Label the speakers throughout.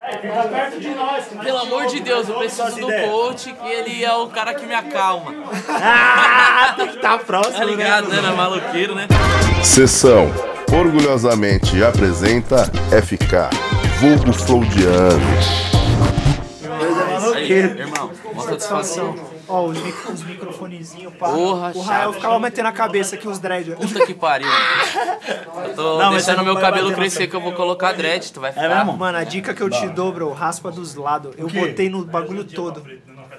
Speaker 1: Fica perto de nós. que nós
Speaker 2: Pelo
Speaker 1: te
Speaker 2: amor de
Speaker 1: ouve,
Speaker 2: Deus, eu
Speaker 1: nós ouve
Speaker 2: preciso
Speaker 1: suas
Speaker 2: do
Speaker 1: ideias.
Speaker 2: coach, que ele é o cara que me acalma.
Speaker 1: Ah, tem que estar próximo,
Speaker 2: Tá ligado, né?
Speaker 1: né?
Speaker 2: Na maloqueiro, né?
Speaker 3: Sessão orgulhosamente apresenta FK, vulgo Flowdiano.
Speaker 2: Aí, irmão, uma satisfação.
Speaker 4: Ó, os, mic os microfonezinhos, pá.
Speaker 2: Porra,
Speaker 4: o Rael
Speaker 2: chave,
Speaker 4: ficava metendo a cabeça aqui, os dread.
Speaker 2: Puta que pariu. mano. Eu tô
Speaker 1: Não, mas você
Speaker 2: deixando
Speaker 1: não
Speaker 2: meu
Speaker 1: vai
Speaker 2: cabelo
Speaker 1: bater na
Speaker 2: crescer
Speaker 1: sua-
Speaker 2: que eu vou colocar dread, tu vai ficar.
Speaker 1: mesmo?
Speaker 4: Mano, a dica que eu te dou, bro, raspa dos lados. Eu botei no bagulho todo.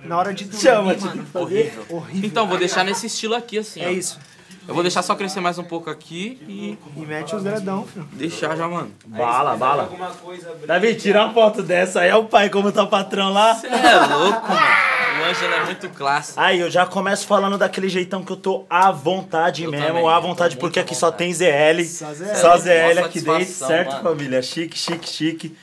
Speaker 4: Na hora de dormir,
Speaker 1: Chama, tipo,
Speaker 4: mano.
Speaker 2: horrível.
Speaker 4: Horrível.
Speaker 2: Então, vou deixar nesse estilo aqui, assim. ó.
Speaker 4: É isso.
Speaker 2: Eu vou deixar só crescer mais um pouco aqui e
Speaker 4: E mete os dreadão, filho.
Speaker 2: deixar já, mano.
Speaker 1: Bala, bala. Davi, tira uma foto dessa. Aí é o pai, como tá o patrão lá.
Speaker 2: Você é louco, mano. O Ângelo é muito clássico.
Speaker 5: Aí, eu já começo falando daquele jeitão que eu tô à vontade
Speaker 2: Eu
Speaker 5: mesmo,
Speaker 2: também,
Speaker 5: à
Speaker 2: eu tô
Speaker 5: vontade,
Speaker 2: muito
Speaker 5: porque
Speaker 2: à
Speaker 5: aqui só
Speaker 2: vontade.
Speaker 5: tem ZL,
Speaker 4: Só
Speaker 5: só
Speaker 4: ZL.
Speaker 5: ZL,
Speaker 2: Nossa,
Speaker 5: aqui dentro,
Speaker 2: satisfação,
Speaker 5: certo,
Speaker 2: mano.
Speaker 5: família? Chique, chique, chique.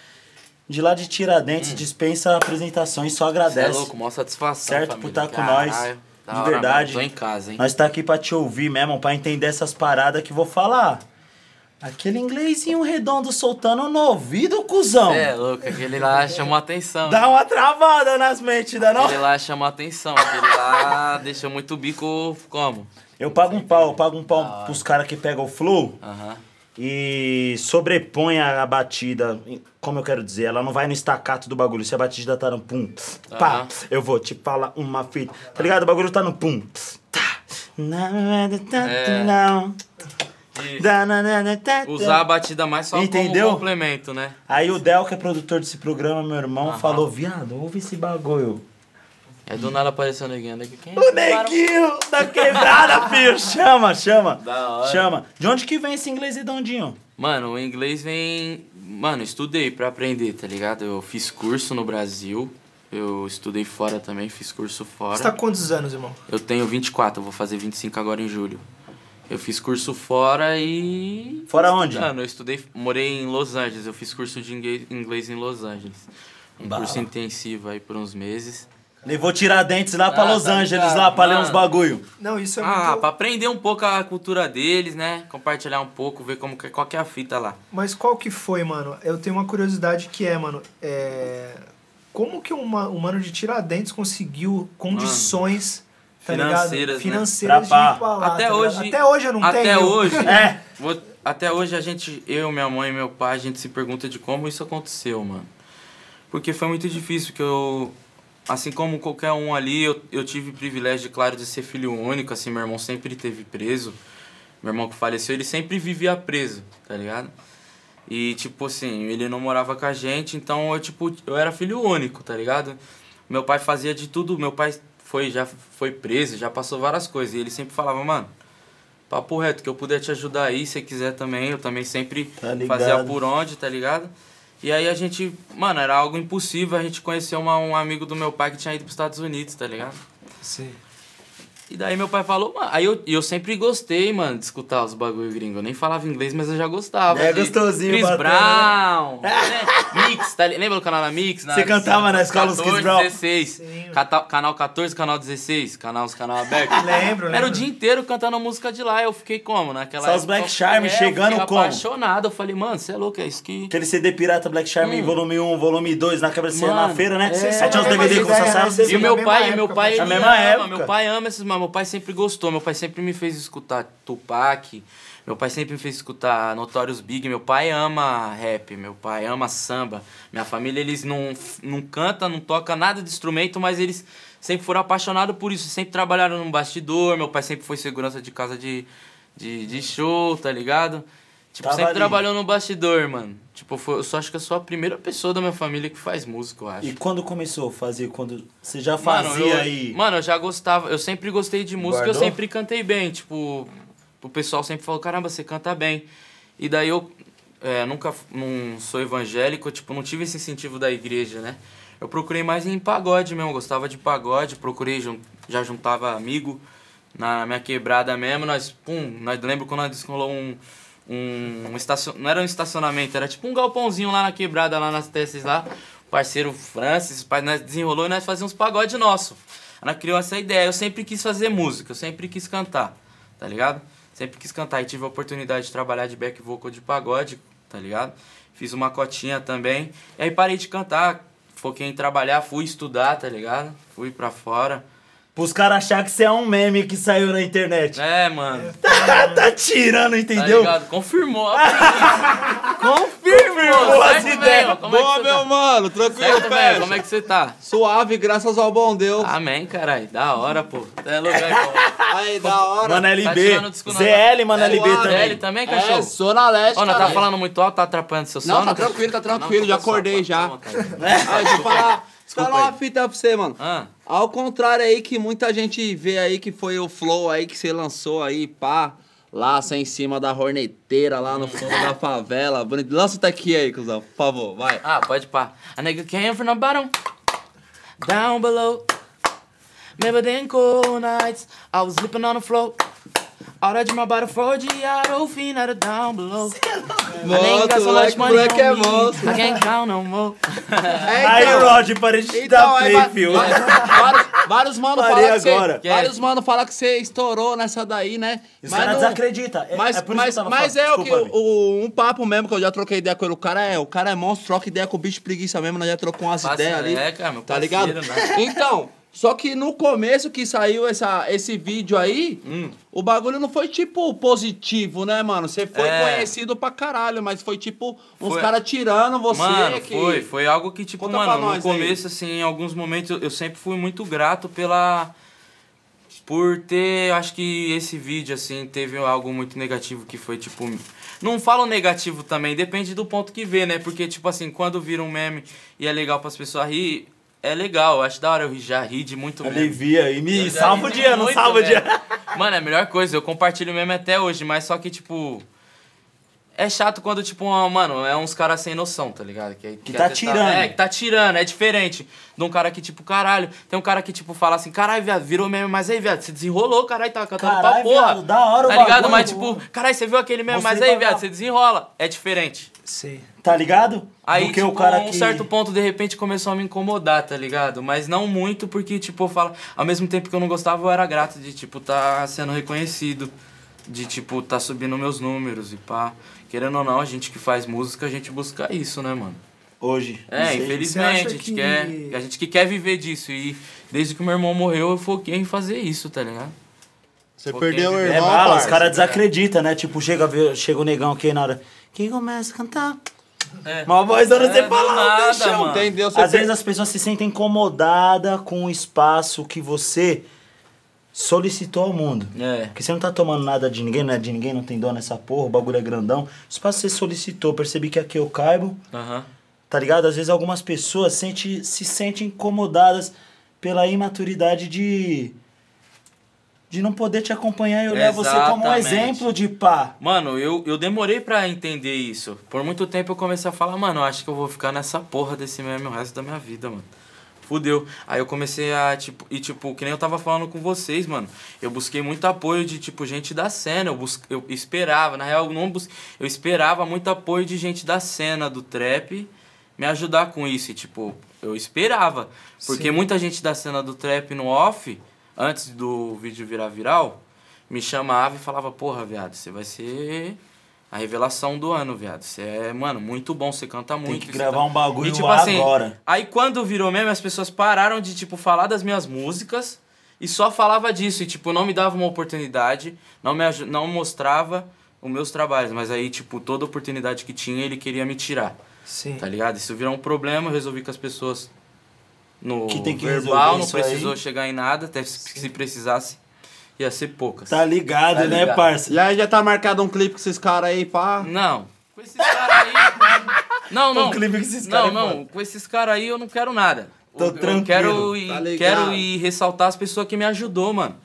Speaker 5: De lá de Tiradentes, dispensa apresentações, só
Speaker 2: Você Hum. é
Speaker 5: agradece.
Speaker 2: louco, maior satisfação.
Speaker 5: Certo,
Speaker 2: família.
Speaker 5: por tá com
Speaker 2: Caralho,
Speaker 5: nós.
Speaker 2: da
Speaker 5: De
Speaker 2: hora,
Speaker 5: verdade.
Speaker 2: mano. Tô em casa, hein?
Speaker 5: Nós tá aqui pra te ouvir mesmo, pra entender essas paradas que vou falar. Aquele inglesinho redondo soltando no ouvido, cuzão.
Speaker 2: Você é louco, aquele lá chamou atenção.
Speaker 5: Dá uma travada nas mentes, dá não?
Speaker 2: Aquele lá chamou atenção, aquele lá deixou muito bico como?
Speaker 5: Eu pago um pau, eu pago um pau pros caras que pegam o flow.
Speaker 2: Aham.
Speaker 5: e sobrepõe a batida, como eu quero dizer, ela não vai no estacato do bagulho. Se a batida tá no pum, tss, pá,
Speaker 2: Aham.
Speaker 5: tss, eu vou te falar uma fita. Tá ligado? O bagulho tá no pum, tss, tá. Na- na-
Speaker 2: É.
Speaker 5: na- não.
Speaker 2: E
Speaker 4: Uhum.
Speaker 5: Da- na- na- na- tá-
Speaker 2: usar a batida mais só
Speaker 5: Entendeu?
Speaker 2: como complemento, né?
Speaker 5: Aí o Del, que é produtor desse programa, meu irmão, falou: viado, ouve esse bagulho.
Speaker 2: É do nada apareceu o neguinho. né? Quem?
Speaker 5: O neguinho da Tá quebrada, filho! Chama, chama!
Speaker 2: Da hora.
Speaker 5: Chama. De onde que vem esse inglês redondinho?
Speaker 2: Mano, o inglês vem. Mano, eu estudei pra aprender, tá ligado? Eu fiz curso no Brasil. Eu estudei fora também, fiz curso fora.
Speaker 4: Você tá com quantos anos, irmão?
Speaker 2: Eu tenho 24, eu vou fazer 25 agora em julho. Eu fiz curso fora e.
Speaker 5: Fora onde?
Speaker 2: Mano, eu estudei, morei em Los Angeles, eu fiz curso de ingue- inglês em Los Angeles. Um curso intensivo aí por uns meses.
Speaker 5: Levou Tiradentes lá pra
Speaker 2: Ah,
Speaker 5: Los
Speaker 2: tá
Speaker 5: Angeles,
Speaker 2: ligado,
Speaker 5: lá pra ler
Speaker 2: mano.
Speaker 5: uns bagulho.
Speaker 4: Não, isso é
Speaker 2: Ah,
Speaker 4: muito...
Speaker 2: pra aprender um pouco a cultura deles, né? Compartilhar um pouco, ver como que, qual que é a fita lá.
Speaker 4: Mas qual que foi, mano? Eu tenho uma curiosidade que é, mano, é... Como que uma- um mano de Tiradentes conseguiu condições, tá
Speaker 2: Financeiras, né?
Speaker 4: ligado? Financeiras
Speaker 5: Pra pá.
Speaker 4: de ir pra lá,
Speaker 2: Até
Speaker 4: tá ligado?
Speaker 2: hoje-
Speaker 4: Até hoje eu não
Speaker 2: até
Speaker 4: tenho.
Speaker 2: hoje.
Speaker 5: É.
Speaker 2: Vou- até hoje a gente, eu, minha mãe e meu pai, a gente se pergunta de como isso aconteceu, mano. Porque foi muito difícil, que eu, assim como qualquer um ali, eu, eu tive o privilégio, claro, de ser filho único, assim, meu irmão sempre teve preso. Meu irmão que faleceu, ele sempre vivia preso, tá ligado? E, tipo assim, ele não morava com a gente, então eu, tipo, eu era filho único, tá ligado? Meu pai fazia de tudo, meu pai foi, já foi preso, já passou várias coisas. E ele sempre falava, mano, papo reto, que eu puder te ajudar aí, se quiser também, eu também sempre
Speaker 5: Tá ligado.
Speaker 2: fazia por onde, tá ligado? E aí a gente, mano, era algo impossível a gente conhecer uma- um amigo do meu pai que tinha ido pros Estados Unidos, tá ligado?
Speaker 4: Sim.
Speaker 2: E daí meu pai falou, mano, aí eu, e eu sempre gostei, mano, de escutar os bagulho gringo. Eu nem falava inglês, mas eu já gostava.
Speaker 5: É,
Speaker 2: de
Speaker 5: gostosinho,
Speaker 2: Chris
Speaker 5: batendo, né?
Speaker 2: Brown, né? Mix, tá, li- lembra do canal da Mix? Na-
Speaker 5: Você cantava na escola os Chris Brown?
Speaker 2: 16. Cata- canal 14, canal 16, canal, os canal aberto.
Speaker 4: Lembro, lembro.
Speaker 2: Era o dia inteiro cantando a música de lá, eu fiquei como? Naquela
Speaker 5: Só os
Speaker 2: época,
Speaker 5: Black
Speaker 2: eu-
Speaker 5: Charm
Speaker 2: é,
Speaker 5: chegando
Speaker 2: eu fiquei
Speaker 5: como?
Speaker 2: apaixonado, eu falei, mano, você é louco, é isso que...
Speaker 5: Aquele CD pirata Black Charm, volume 1, volume 2, na cabeceira
Speaker 2: Hum. Mano,
Speaker 5: na feira, né?
Speaker 2: é.
Speaker 5: Aí tinha uns DVD com essa
Speaker 4: Mas ideia, né?
Speaker 2: E o
Speaker 5: sala.
Speaker 4: Na
Speaker 2: meu
Speaker 4: mesma
Speaker 2: pai,
Speaker 4: época,
Speaker 2: meu pai, é ele
Speaker 5: praticamente. Na mesma
Speaker 2: ama,
Speaker 5: época.
Speaker 2: meu pai ama esses, mas meu pai sempre gostou, meu pai sempre me fez escutar Tupac, meu pai sempre me fez escutar Notorious Big, meu pai ama rap, meu pai ama samba. Minha família, eles não, não cantam, não toca nada de instrumento, mas eles sempre foram apaixonados por isso, sempre trabalharam num bastidor, meu pai sempre foi segurança de casa de, de, de show, tá ligado? Tipo,
Speaker 5: Tava
Speaker 2: sempre
Speaker 5: ali.
Speaker 2: trabalhou no bastidor, mano. Tipo, foi- eu só acho que eu sou a primeira pessoa da minha família que faz música, eu acho.
Speaker 5: E quando começou a fazer? Quando você já
Speaker 2: Mano,
Speaker 5: fazia
Speaker 2: eu-
Speaker 5: aí?
Speaker 2: Mano, eu já gostava, eu sempre gostei de música, eu
Speaker 5: Guardou?
Speaker 2: sempre cantei bem, tipo, o pessoal sempre falou, caramba, você canta bem. E daí eu é, nunca f- não sou evangélico, eu, tipo, não tive esse incentivo da igreja, né? Eu procurei mais em pagode mesmo, eu gostava de pagode, procurei, jun- já juntava amigo na minha quebrada mesmo, nós, pum, nós lembro quando nós descolou um um, um estacion... não era um estacionamento, era tipo um galpãozinho lá na quebrada, lá nas testes lá. O parceiro Francis, pai, nós desenrolou e nós fazíamos uns pagode nosso. Ela criou essa ideia. Eu sempre quis fazer música, eu sempre quis cantar, tá ligado? Sempre quis cantar e tive a oportunidade de trabalhar de back vocal de pagode, tá ligado? fiz uma cotinha também. E aí parei de cantar, foquei em trabalhar, fui estudar, tá ligado? Fui pra fora.
Speaker 5: Pros caras acharem que você é um meme que saiu na internet.
Speaker 2: É, mano.
Speaker 5: Tá, tá tirando,
Speaker 2: Tá
Speaker 5: entendeu?
Speaker 2: ligado? Confirmou. Confirmou.
Speaker 5: Confirmou as
Speaker 2: Certo, velho?
Speaker 5: ideias.
Speaker 2: Como é que
Speaker 6: Boa,
Speaker 2: você
Speaker 6: meu
Speaker 2: tá?
Speaker 6: mano, tranquilo,
Speaker 2: Certo, velho?
Speaker 6: velho.
Speaker 2: Como é que você tá?
Speaker 6: Suave, graças ao bom Deus.
Speaker 2: Amém, caralho. Da hora, pô. Tá louco,
Speaker 6: É,
Speaker 2: velho.
Speaker 6: Aí, da hora.
Speaker 5: Mano é
Speaker 2: Tá
Speaker 5: LB.
Speaker 2: tirando o disco na-
Speaker 5: ZL, mano
Speaker 6: É,
Speaker 5: LB
Speaker 6: suave.
Speaker 5: também.
Speaker 2: Velho Tá também,
Speaker 6: É,
Speaker 2: cachorro?
Speaker 6: Zona Leste,
Speaker 2: Ô, não, tá
Speaker 6: caralho.
Speaker 2: falando muito alto, tá atrapalhando seu sono?
Speaker 6: Não, tá tranquilo, tá tranquilo, já acordei já.
Speaker 2: tá
Speaker 6: Ah, deixa eu falar,
Speaker 2: Desculpa
Speaker 6: falar
Speaker 2: aí.
Speaker 6: uma fita pra você, mano.
Speaker 2: Ah,
Speaker 6: Ao contrário aí que muita gente vê aí que foi o flow aí que você lançou aí, pá. Lá, sem em cima da horneteira, lá no fundo da favela. Bonito. Lança o tequinho aí, cuzão, por favor, vai.
Speaker 2: ah, pode pá. A nigga came from the bottom, down below. Never then cold nights, I was sleeping on the floor. Hora de my body for G.I.O. Fiend out of down below. I ain't got
Speaker 6: Monstro,
Speaker 2: so much
Speaker 6: moleque,
Speaker 2: money
Speaker 6: moleque é
Speaker 2: on me.
Speaker 6: monstro.
Speaker 2: I can't count no more.
Speaker 6: É,
Speaker 5: Aí,
Speaker 6: então.
Speaker 5: Rod, parei de te
Speaker 6: Então,
Speaker 5: dar
Speaker 6: aí,
Speaker 5: play,
Speaker 6: va-
Speaker 5: fio.
Speaker 6: va- vários, vários mano
Speaker 5: Parei
Speaker 6: falam que
Speaker 5: agora.
Speaker 6: você, vários mano fala que você estourou nessa daí, né?
Speaker 5: Os caras
Speaker 6: não-
Speaker 5: desacreditam. É,
Speaker 6: Mas
Speaker 5: é
Speaker 6: é,
Speaker 5: por isso
Speaker 6: mas,
Speaker 5: que eu tava
Speaker 6: mas é
Speaker 5: falando.
Speaker 6: o que
Speaker 5: Desculpa,
Speaker 6: o, o- um papo mesmo que eu já troquei ideia com ele. O cara é, o cara é monstro, troca ideia com o bicho preguiça mesmo, nós já trocou umas
Speaker 2: Passa,
Speaker 6: ideias ali.
Speaker 2: é, cara, meu
Speaker 6: tá
Speaker 2: parceiro,
Speaker 6: ligado?
Speaker 2: né?
Speaker 6: Então, só que no começo que saiu essa, esse vídeo aí,
Speaker 2: Hum.
Speaker 6: o bagulho não foi tipo positivo, né, mano? Você foi
Speaker 2: É.
Speaker 6: conhecido pra caralho, mas foi tipo uns
Speaker 2: Foi-
Speaker 6: caras tirando você
Speaker 2: Mano,
Speaker 6: que
Speaker 2: foi, foi algo que, tipo,
Speaker 6: Conta pra
Speaker 2: mano, no
Speaker 6: nós aí.
Speaker 2: começo, assim, em alguns momentos, eu- eu sempre fui muito grato pela. Por ter, eu acho que esse vídeo, assim, teve algo muito negativo que foi, tipo. Não falo negativo também, depende do ponto que vê, né? Porque, tipo assim, quando vira um meme e é legal pras pessoas rir, é legal. Eu acho da hora eu rir, já ri de muito
Speaker 5: É
Speaker 2: meme.
Speaker 5: Alivia e
Speaker 2: Eu
Speaker 5: me
Speaker 2: já
Speaker 5: salva o
Speaker 2: ri
Speaker 5: dia, não
Speaker 2: muito
Speaker 5: salva o dia.
Speaker 2: meme. Mano, é a melhor coisa, eu compartilho meme até hoje, mas só que, tipo. É chato quando, tipo, uma- mano, é uns caras sem noção, tá ligado? Que, que
Speaker 5: tá
Speaker 2: às vezes
Speaker 5: tirando.
Speaker 2: É, que tá tirando, é diferente de um cara que, tipo, caralho. Tem um cara que, tipo, fala assim, caralho, viado, virou meme, mas aí, viado, se desenrolou, caralho, tá cantando pra
Speaker 5: Caralho,
Speaker 2: porra.
Speaker 5: viado, da hora o
Speaker 2: Tá ligado?
Speaker 5: bagulho,
Speaker 2: Mas, tipo, caralho, você viu aquele meme,
Speaker 5: Mostrei
Speaker 2: mas aí,
Speaker 5: pra
Speaker 2: viado,
Speaker 5: cá.
Speaker 2: você desenrola. É diferente.
Speaker 4: Sei.
Speaker 5: Tá ligado?
Speaker 2: Aí,
Speaker 5: Porque
Speaker 2: tipo,
Speaker 5: o cara
Speaker 2: a um
Speaker 5: que...
Speaker 2: certo ponto, de repente, começou a me incomodar, tá ligado? Mas não muito, porque, tipo, eu falo... Ao mesmo tempo que eu não gostava, eu era grato de, tipo, tá sendo reconhecido. De, tipo, tá subindo meus números e pá. Querendo ou não, a gente que faz música, a gente busca isso, né, mano?
Speaker 5: Hoje.
Speaker 2: É,
Speaker 5: não sei.
Speaker 2: infelizmente,
Speaker 4: acha
Speaker 2: a gente,
Speaker 4: que-
Speaker 2: quer, a gente que quer viver disso. E desde que o meu irmão morreu, eu foquei em fazer isso, tá ligado?
Speaker 6: Você
Speaker 2: Foquei
Speaker 6: perdeu
Speaker 2: em
Speaker 6: o
Speaker 2: viver.
Speaker 6: irmão,
Speaker 5: É bala, os
Speaker 6: parça.
Speaker 5: caras desacreditam, né? Tipo, chega, a ver- chega o negão aqui na hora. Quem começa a cantar?
Speaker 2: É.
Speaker 5: Uma voz hora
Speaker 2: É,
Speaker 5: você
Speaker 2: do
Speaker 5: fala,
Speaker 2: nada,
Speaker 5: nada, deixa eu
Speaker 2: mano.
Speaker 6: Entendeu? Você
Speaker 5: Às
Speaker 6: per-
Speaker 5: vezes as pessoas se sentem incomodadas com o espaço que você solicitou ao mundo.
Speaker 2: É.
Speaker 5: Porque você não tá tomando nada de ninguém, não é de ninguém, não tem dó nessa porra, o bagulho é grandão. O espaço que você solicitou, percebi que aqui eu caibo,
Speaker 2: Aham.
Speaker 5: tá ligado? Às vezes algumas pessoas sente, se sentem incomodadas pela imaturidade de. De não poder te acompanhar e olhar você como um
Speaker 2: Exatamente.
Speaker 5: exemplo de pá.
Speaker 2: Mano, eu, eu demorei pra entender isso. Por muito tempo eu comecei a falar, mano, eu acho que eu vou ficar nessa porra desse meme o resto da minha vida, mano. Fudeu. Aí eu comecei a, tipo, e tipo, que nem eu tava falando com vocês, mano. Eu busquei muito apoio de, tipo, gente da cena. Eu, bus... eu esperava, na real, eu não bus... eu esperava muito apoio de gente da cena do trap me ajudar com isso. E, tipo, eu esperava. Porque muita gente da cena do trap no off, antes do vídeo virar viral, me chamava e falava, porra, viado, você vai ser a revelação do ano, viado. Você é, mano, muito bom, você canta muito.
Speaker 5: que
Speaker 2: você
Speaker 5: gravar
Speaker 2: tá-"
Speaker 5: um bagulho
Speaker 2: E, tipo,
Speaker 5: agora.
Speaker 2: Aí quando virou meme, as pessoas pararam de, tipo, falar das minhas músicas e só falava disso. E, tipo, não me dava uma oportunidade, não me aju- não mostrava os meus trabalhos. Mas aí, tipo, toda oportunidade que tinha, ele queria me tirar.
Speaker 4: Sim.
Speaker 2: Tá ligado? Isso virou um problema, eu resolvi com as pessoas no
Speaker 5: Que tem que
Speaker 2: verbal,
Speaker 5: resolver
Speaker 2: não
Speaker 5: isso aí.
Speaker 2: precisou chegar em nada, até se se precisasse, ia ser poucas.
Speaker 5: Tá ligado,
Speaker 2: Tá
Speaker 5: né,
Speaker 2: ligado.
Speaker 5: parça?
Speaker 6: E aí já tá marcado um clipe com esses caras aí, pá.
Speaker 2: Não. Com esses caras aí. Não, não.
Speaker 5: Um clipe com esses
Speaker 2: não,
Speaker 5: caras,
Speaker 2: não.
Speaker 5: pô.
Speaker 2: Com esses caras aí eu não quero nada.
Speaker 5: Tô
Speaker 2: eu, eu
Speaker 5: tranquilo.
Speaker 2: quero e
Speaker 6: Tá ligado.
Speaker 2: quero e ressaltar as pessoas que me ajudou, mano.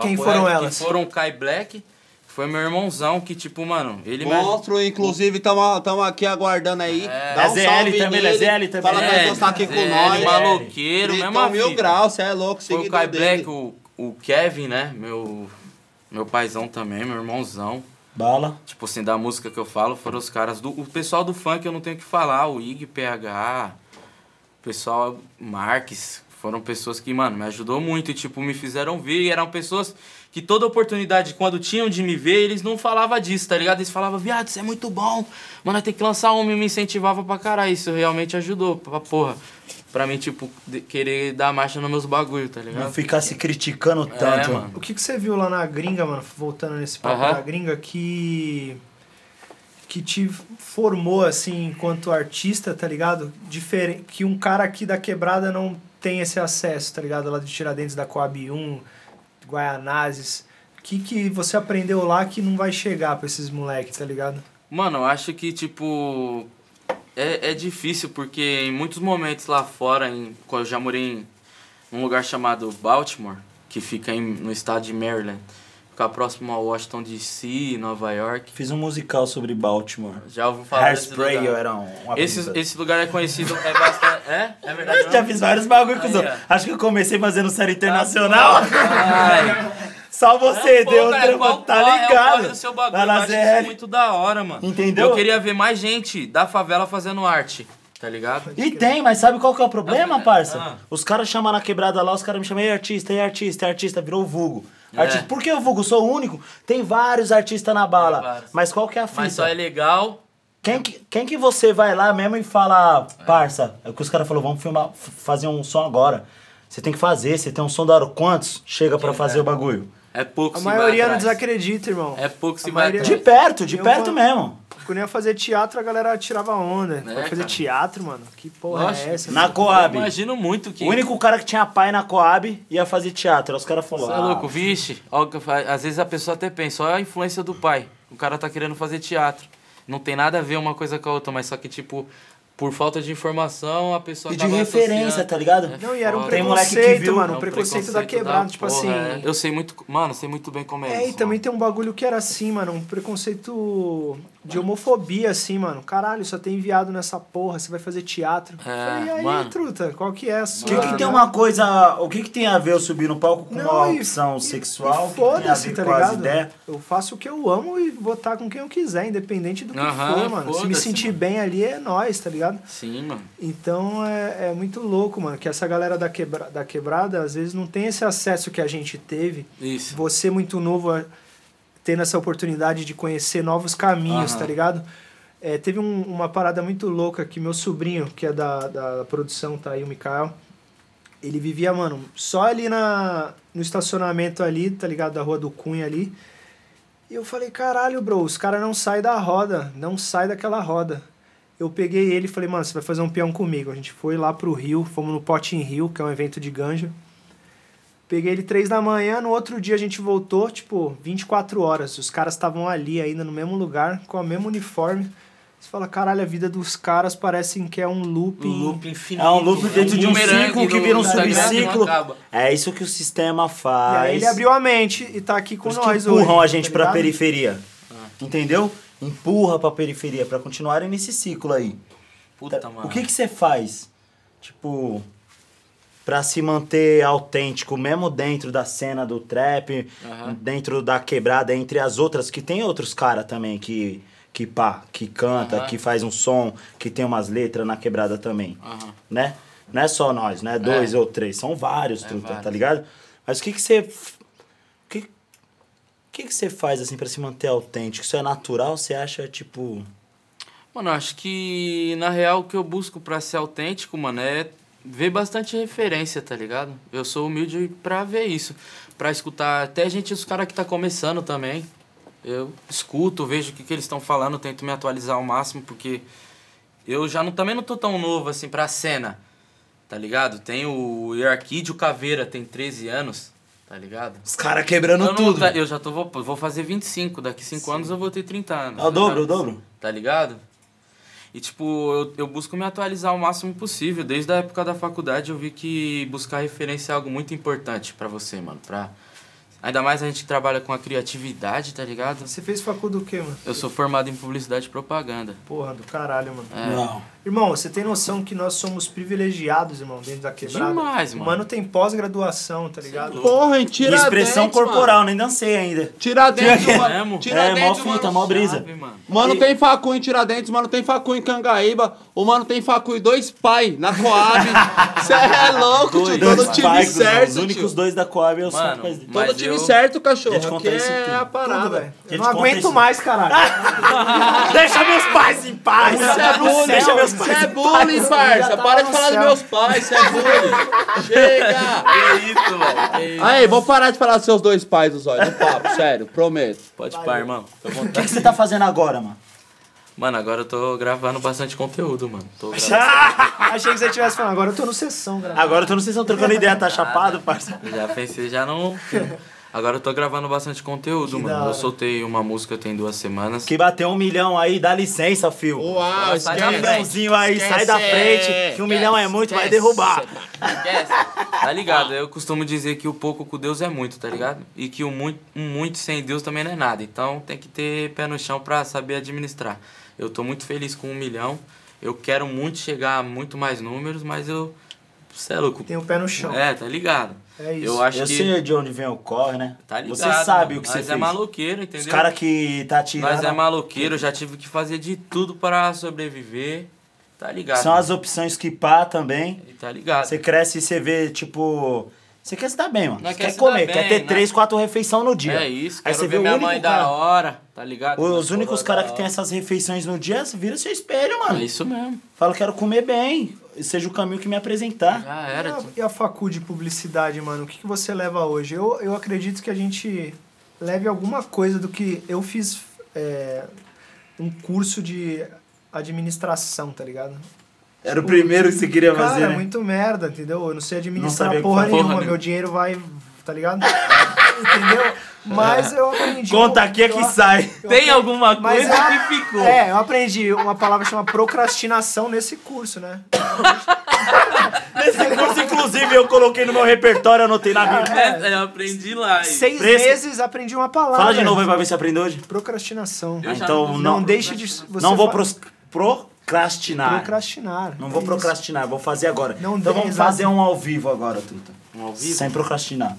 Speaker 4: Quem
Speaker 2: Papo
Speaker 4: foram
Speaker 2: reto,
Speaker 4: elas?
Speaker 2: Quem foram o Kai Black, que foi meu irmãozão, que tipo, mano, ele me ajudou.
Speaker 6: Monstro, inclusive, tamo, tamo aqui aguardando aí.
Speaker 2: É.
Speaker 6: Dá um
Speaker 5: É ZL
Speaker 6: salve
Speaker 5: também, ele é ZL também,
Speaker 6: Fala
Speaker 5: né?
Speaker 6: pra ele tá aqui com
Speaker 2: ZL,
Speaker 6: nós.
Speaker 2: maloqueiro,
Speaker 6: Gritão
Speaker 2: é, mesma
Speaker 6: mil
Speaker 2: fita.
Speaker 6: graus, você é louco,
Speaker 2: Foi o
Speaker 6: seguidor
Speaker 2: Kai
Speaker 6: dele.
Speaker 2: Black, o, o Kevin, né? Meu, meu paizão também, meu irmãozão.
Speaker 5: Bala.
Speaker 2: Tipo assim, da música que eu falo, foram os caras do. O pessoal do funk eu não tenho o que falar, o Ig, PH, o pessoal Marques, foram pessoas que, mano, me ajudou muito e, tipo, me fizeram vir. E eram pessoas que toda oportunidade, quando tinham de me ver, eles não falavam disso, tá ligado? Eles falavam, viado, isso é muito bom, mano, tem que lançar um, e me incentivava pra caralho. Isso realmente ajudou, pra porra. Pra mim, tipo, de- querer dar marcha nos meus bagulho, tá ligado?
Speaker 5: Não ficar se criticando tanto.
Speaker 2: É, mano.
Speaker 4: O que, que você viu lá na gringa, mano, voltando nesse papo
Speaker 2: Aham.
Speaker 4: da gringa, que. que te formou, assim, enquanto artista, tá ligado? Diferente, que um cara aqui da quebrada não tem esse acesso, tá ligado? Lá de Tiradentes, da Coab 1, Guaianazes. O que, que você aprendeu lá que não vai chegar pra esses moleques, tá ligado?
Speaker 2: Mano, eu acho que, tipo. É, é difícil, porque em muitos momentos lá fora, em, quando eu já morei em um lugar chamado Baltimore, que fica em- no estado de Maryland, fica próximo a Washington DC, Nova York.
Speaker 5: Fiz um musical sobre Baltimore.
Speaker 2: Já ouvi falar desse
Speaker 5: Hairspray eu
Speaker 2: lugar.
Speaker 5: era um. uma
Speaker 2: Esse,
Speaker 5: brincadeira.
Speaker 2: esse lugar é conhecido, é bastante. É? É verdade?
Speaker 5: Eu já fiz vários bagulho com os
Speaker 2: Aí,
Speaker 5: outros.
Speaker 2: ó. Tá
Speaker 5: Acho que eu comecei fazendo série internacional. Só você
Speaker 2: Pô,
Speaker 5: deu
Speaker 2: cara,
Speaker 5: trampo,
Speaker 2: qual-
Speaker 5: tá
Speaker 2: qual um é o corre
Speaker 5: ligado?
Speaker 2: do seu bagulho?
Speaker 5: Vai
Speaker 2: Eu
Speaker 5: lá,
Speaker 2: acho isso
Speaker 5: ZL.
Speaker 2: muito da hora, mano.
Speaker 5: Entendeu?
Speaker 2: Eu queria ver mais gente da favela fazendo arte, tá ligado?
Speaker 5: E tem, mas sabe qual que é o problema, parça?
Speaker 2: Ah.
Speaker 5: Os caras chamam na quebrada lá, os caras me chamam, ei artista, ei artista, ei artista, virou vulgo.
Speaker 2: É.
Speaker 5: Artista. Por que o vulgo? Sou o único? Tem vários artistas na
Speaker 2: Tem
Speaker 5: bala.
Speaker 2: vários.
Speaker 5: Mas qual que é a fita?
Speaker 2: Mas só é legal.
Speaker 5: Quem que, quem que você vai lá mesmo e fala, parça, é o que os caras falaram, vamos filmar, f- fazer um som agora. Você tem que fazer, você tem um som da hora. Quantos chega pra fazer o bagulho?
Speaker 2: É pouco
Speaker 4: A
Speaker 2: se
Speaker 4: maioria
Speaker 2: vai
Speaker 4: não
Speaker 2: atrás.
Speaker 4: desacredita, irmão.
Speaker 2: É pouco se
Speaker 4: A
Speaker 2: vai
Speaker 4: maioria-
Speaker 2: atrás.
Speaker 5: De perto, de
Speaker 4: Eu
Speaker 5: perto
Speaker 4: vou-
Speaker 5: mesmo.
Speaker 4: Quando eu ia fazer teatro, a galera tirava onda. Vai fazer
Speaker 2: Né, cara.
Speaker 4: teatro, mano. Que porra
Speaker 2: Lógico.
Speaker 4: é essa?
Speaker 5: Na
Speaker 4: mano?
Speaker 5: Coab.
Speaker 2: Eu imagino muito que.
Speaker 5: O único cara que tinha pai na Coab ia fazer teatro. Aí os caras
Speaker 2: Você
Speaker 4: Ah.
Speaker 5: falaram. "Ah,
Speaker 2: é louco, vixe. Ó, que eu fa- Às vezes a pessoa até pensa, olha a influência do pai. O cara tá querendo fazer teatro. Não tem nada a ver uma coisa com a outra, mas só que, tipo, por falta de informação, a pessoa
Speaker 5: E de
Speaker 2: acaba
Speaker 5: referência,
Speaker 2: associando. É
Speaker 5: tá ligado?
Speaker 4: Não, e era um
Speaker 2: foda.
Speaker 5: Tem moleque que
Speaker 4: preconceito,
Speaker 5: viu,
Speaker 4: mano.
Speaker 2: É
Speaker 4: Um
Speaker 2: um
Speaker 4: preconceito, da quebrada, tipo
Speaker 2: porra,
Speaker 4: assim.
Speaker 2: é. Eu sei muito. Mano, sei muito bem como é,
Speaker 4: É,
Speaker 2: isso.
Speaker 4: e também tem um bagulho que era assim, mano, um preconceito de homofobia, assim, mano. Caralho, só tem viado nessa porra, você vai fazer
Speaker 2: É,
Speaker 4: teatro. Eu Falei, e aí,
Speaker 2: mano.
Speaker 4: truta, qual que é a
Speaker 5: O
Speaker 4: sua?
Speaker 5: que, que tem
Speaker 4: né?
Speaker 5: uma coisa. O que, que tem a ver eu subir no palco com uma
Speaker 4: e-
Speaker 5: opção
Speaker 4: e-
Speaker 5: sexual?
Speaker 4: e
Speaker 5: que tem a
Speaker 4: Foda-se,
Speaker 5: ver
Speaker 4: tá
Speaker 5: com as
Speaker 4: ligado?
Speaker 5: ideias?
Speaker 4: Eu faço o que eu amo e votar com quem eu quiser, independente do que
Speaker 2: Aham,
Speaker 4: for, mano. Se me
Speaker 2: foda-se,
Speaker 4: sentir
Speaker 2: mano.
Speaker 4: bem ali, é nóis, tá ligado?
Speaker 2: Sim, mano.
Speaker 4: Então é, é muito louco, mano, que essa galera da, quebra, da quebrada às vezes não tem esse acesso que a gente teve.
Speaker 2: Isso.
Speaker 4: Você muito novo é, tendo essa oportunidade de conhecer novos caminhos,
Speaker 2: Aham.
Speaker 4: tá ligado? É, teve um- uma parada muito louca que meu sobrinho, que é da, da produção, tá aí o Mikael, ele vivia, mano, só ali na, no estacionamento ali, tá ligado? Da Rua do Cunha ali. E eu falei, caralho, bro, os caras não saem da roda, não sai daquela roda. Eu peguei ele e falei, mano, você vai fazer um peão comigo. A gente foi lá pro Rio, fomos no Pot in Rio, que é um evento de ganja. Peguei ele três da manhã, no outro dia a gente voltou, tipo, 24 horas. Os caras estavam ali ainda, no mesmo lugar, com o mesmo uniforme. Você fala, caralho, a vida dos caras parece que é um looping.
Speaker 5: É um loop dentro de um
Speaker 2: bumerangue
Speaker 5: ciclo que
Speaker 2: do-
Speaker 5: vira um
Speaker 2: do Instagram que não
Speaker 5: subciclo.
Speaker 2: acaba.
Speaker 5: É isso que o sistema
Speaker 4: E
Speaker 5: faz.
Speaker 4: aí ele abriu a mente e tá aqui com
Speaker 5: Por isso
Speaker 4: nós
Speaker 5: que empurram
Speaker 4: hoje,
Speaker 5: a gente
Speaker 4: tá
Speaker 5: pra
Speaker 4: ligado?
Speaker 5: periferia. Entendeu? Empurra pra periferia, pra continuarem nesse ciclo aí.
Speaker 2: Puta,
Speaker 5: Tá-
Speaker 2: mano.
Speaker 5: O que que você faz? Tipo, pra se manter autêntico, mesmo dentro da cena do trap,
Speaker 2: Aham.
Speaker 5: dentro da quebrada, entre as outras, que tem outros caras também que, que pá, que canta,
Speaker 2: Aham.
Speaker 5: que faz um som, que tem umas letras na quebrada também,
Speaker 2: Aham.
Speaker 5: né? Não é só nós, né? Dois
Speaker 2: É.
Speaker 5: ou três, são vários, truta,
Speaker 2: vários.
Speaker 5: tá ligado? Mas o que que você... O que, o que que você faz, assim, pra se manter autêntico? Isso é natural? Você acha, tipo...
Speaker 2: Mano, eu acho que na real o que eu busco pra ser autêntico, mano, é ver bastante referência, tá ligado? Eu sou humilde pra ver isso, pra escutar até gente, os caras que tá começando também. Eu escuto, vejo o que, que eles estão falando, tento me atualizar ao máximo, porque eu já não, também não tô tão novo assim pra cena, tá ligado? Tem o Arquídeo Caveira, tem 13 anos, tá ligado?
Speaker 5: Os caras quebrando
Speaker 2: eu, não vou
Speaker 5: tudo.
Speaker 2: tá- eu já tô, vou, vou fazer 25, daqui 5 anos eu vou ter 30 anos.
Speaker 5: É o dobro,
Speaker 2: Eu
Speaker 5: o
Speaker 2: já-
Speaker 5: dobro.
Speaker 2: Tá ligado? E tipo, eu, eu busco me atualizar o máximo possível. Desde a época da faculdade eu vi que buscar referência é algo muito importante pra você, mano. Pra... Ainda mais a gente que trabalha com a criatividade, tá ligado?
Speaker 4: Você fez faculdade do quê, mano?
Speaker 2: Eu sou formado em publicidade e propaganda.
Speaker 4: Porra, do caralho, mano.
Speaker 2: É.
Speaker 5: Não.
Speaker 4: Irmão, você tem noção que nós somos privilegiados, irmão, dentro da quebrada?
Speaker 2: Demais,
Speaker 4: O
Speaker 2: mano. é
Speaker 4: Mano, tem pós-graduação, tá ligado?
Speaker 6: Porra, hein?
Speaker 5: E
Speaker 6: Tira
Speaker 5: expressão corporal, nem dancei ainda.
Speaker 6: Tiradentes,
Speaker 5: Tira-
Speaker 6: mano.
Speaker 2: É,
Speaker 6: Tiradentes,
Speaker 5: mó
Speaker 6: mano.
Speaker 5: fita, mó brisa.
Speaker 2: Sabe, mano?
Speaker 6: Mano, tem facu em Tiradentes, mano, tem facu em Cangaíba, o mano tem facu em dois pai, na Coab. Cê é louco, tio, todo time
Speaker 5: pais,
Speaker 6: certo,
Speaker 5: Os únicos
Speaker 6: tio.
Speaker 5: dois da Coab é eu sou
Speaker 2: Mano,
Speaker 5: rapaz dele.
Speaker 2: mas
Speaker 6: Todo time time certo, cachorro.
Speaker 5: A gente
Speaker 6: Aqui
Speaker 5: conta isso
Speaker 6: é
Speaker 5: tudo.
Speaker 6: a
Speaker 4: Tudo,
Speaker 6: parada.
Speaker 4: velho. Eu
Speaker 5: Gente,
Speaker 4: não
Speaker 5: conta
Speaker 4: aguento
Speaker 5: isso.
Speaker 4: mais, caralho.
Speaker 5: Deixa meus pais em paz.
Speaker 6: Isso é bullying,
Speaker 5: Deixa
Speaker 2: né?
Speaker 5: meus
Speaker 6: isso
Speaker 5: pais
Speaker 6: é
Speaker 5: em
Speaker 6: bullying,
Speaker 5: paz.
Speaker 6: parça.
Speaker 4: Já tá
Speaker 6: Para
Speaker 4: lá
Speaker 6: de
Speaker 4: no
Speaker 6: falar dos
Speaker 4: céu.
Speaker 6: meus pais, isso é bullying. Chega!
Speaker 2: Que isso, velho. Que isso.
Speaker 6: Aí, vou parar de falar dos seus dois pais, os olhos. No papo, sério, prometo.
Speaker 2: Pode pá, irmão. Fica à
Speaker 5: O que,
Speaker 2: vontade.
Speaker 5: que você tá fazendo agora, mano?
Speaker 2: Mano, agora eu tô gravando bastante conteúdo, mano. Tô gravando.
Speaker 4: Achei que você tivesse falando. Agora eu tô no sessão, cara.
Speaker 5: Agora eu tô, não sei se estão trocando ideia, tá chapado, parça?
Speaker 2: Já pensei, já não. Agora eu tô gravando bastante conteúdo,
Speaker 4: da
Speaker 2: mano.
Speaker 4: hora.
Speaker 2: Eu soltei uma música tem duas semanas.
Speaker 5: Que bateu um milhão aí, dá licença, fio.
Speaker 6: Uau,
Speaker 2: sai
Speaker 5: Dá um
Speaker 2: esquece.
Speaker 5: milhãozinho aí, sai da frente, que um milhão é muito, vai derrubar.
Speaker 2: Tá ligado? Eu costumo dizer que o pouco com Deus é muito, tá ligado? E que o muito, um muito sem Deus também não é nada. Então tem que ter pé no chão pra saber administrar. Eu tô muito feliz com um milhão. Eu quero muito chegar a muito mais números, mas eu. Você é louco.
Speaker 4: Tem o pé no chão.
Speaker 2: É, tá ligado?
Speaker 4: É isso.
Speaker 2: Eu acho
Speaker 5: Eu
Speaker 2: que.
Speaker 5: sei de onde vem o corre, né?
Speaker 2: Tá ligado?
Speaker 5: Você sabe
Speaker 2: mano.
Speaker 5: o que você
Speaker 2: Nós
Speaker 5: fez.
Speaker 2: é maloqueiro, entendeu?
Speaker 5: Os caras que tá tirando
Speaker 2: Nós é maloqueiro, eu já tive que fazer de tudo pra sobreviver. Tá ligado?
Speaker 5: são as opções que pá também.
Speaker 2: Tá ligado?
Speaker 5: Você cresce e você vê, tipo... Você quer se dar bem, mano.
Speaker 2: Nós
Speaker 5: Você
Speaker 2: quer
Speaker 5: quer
Speaker 2: se
Speaker 5: comer,
Speaker 2: dar
Speaker 5: quer
Speaker 2: bem,
Speaker 5: ter
Speaker 2: né?
Speaker 5: três, quatro refeições no dia.
Speaker 2: É isso,
Speaker 5: Aí
Speaker 2: quero
Speaker 5: você
Speaker 2: ver
Speaker 5: vê o
Speaker 2: minha
Speaker 5: único
Speaker 2: mãe
Speaker 5: cara-
Speaker 2: da hora, tá ligado?
Speaker 5: Os
Speaker 2: Minha
Speaker 5: únicos
Speaker 2: porra
Speaker 5: caras
Speaker 2: da
Speaker 5: que tem
Speaker 2: hora.
Speaker 5: essas refeições no dia, vira seu espelho, mano.
Speaker 2: É isso mesmo.
Speaker 5: Fala, quero comer bem. Seja o caminho que me apresentar.
Speaker 2: Já
Speaker 4: E
Speaker 2: era. tipo. tio.
Speaker 4: a, e a facu de publicidade, mano? O que, que você leva hoje? Eu, eu acredito que a gente leve alguma coisa do que... Eu fiz é, um curso de administração, tá ligado?
Speaker 5: Era o primeiro que você queria
Speaker 4: Cara, é muito merda, entendeu? Eu não sei administrar
Speaker 5: Não né? sabia
Speaker 4: porra
Speaker 5: que-
Speaker 4: nenhuma.
Speaker 2: porra
Speaker 4: Meu
Speaker 2: nenhuma.
Speaker 4: dinheiro vai... Tá ligado? entendeu? Mas eu aprendi...
Speaker 5: Conta aqui é que
Speaker 4: eu-
Speaker 5: sai.
Speaker 4: eu
Speaker 2: Tem
Speaker 4: aprendi-
Speaker 2: alguma
Speaker 4: Mas
Speaker 2: coisa
Speaker 4: é-
Speaker 2: que ficou.
Speaker 4: É, eu aprendi uma palavra chamada procrastinação nesse curso, né?
Speaker 5: Esse curso, inclusive, eu coloquei no meu repertório, anotei na Bíblia.
Speaker 2: É, eu aprendi lá. e-
Speaker 4: Seis
Speaker 5: Presta-
Speaker 4: meses aprendi uma palavra.
Speaker 5: Fala de novo aí pra ver se aprendeu
Speaker 2: Tá
Speaker 5: hoje.
Speaker 4: Procrastinação.
Speaker 5: Ah, então
Speaker 4: não,
Speaker 5: não,
Speaker 4: deixe de. Você
Speaker 5: não vou
Speaker 4: fa-
Speaker 5: pros- procrastinar.
Speaker 4: procrastinar.
Speaker 5: Não vou
Speaker 4: É
Speaker 5: procrastinar, vou fazer agora.
Speaker 4: Não
Speaker 5: então
Speaker 4: dê-
Speaker 5: vamos
Speaker 4: exato.
Speaker 5: fazer um ao vivo agora, Tuta.
Speaker 2: Um ao vivo?
Speaker 5: Sem procrastinar.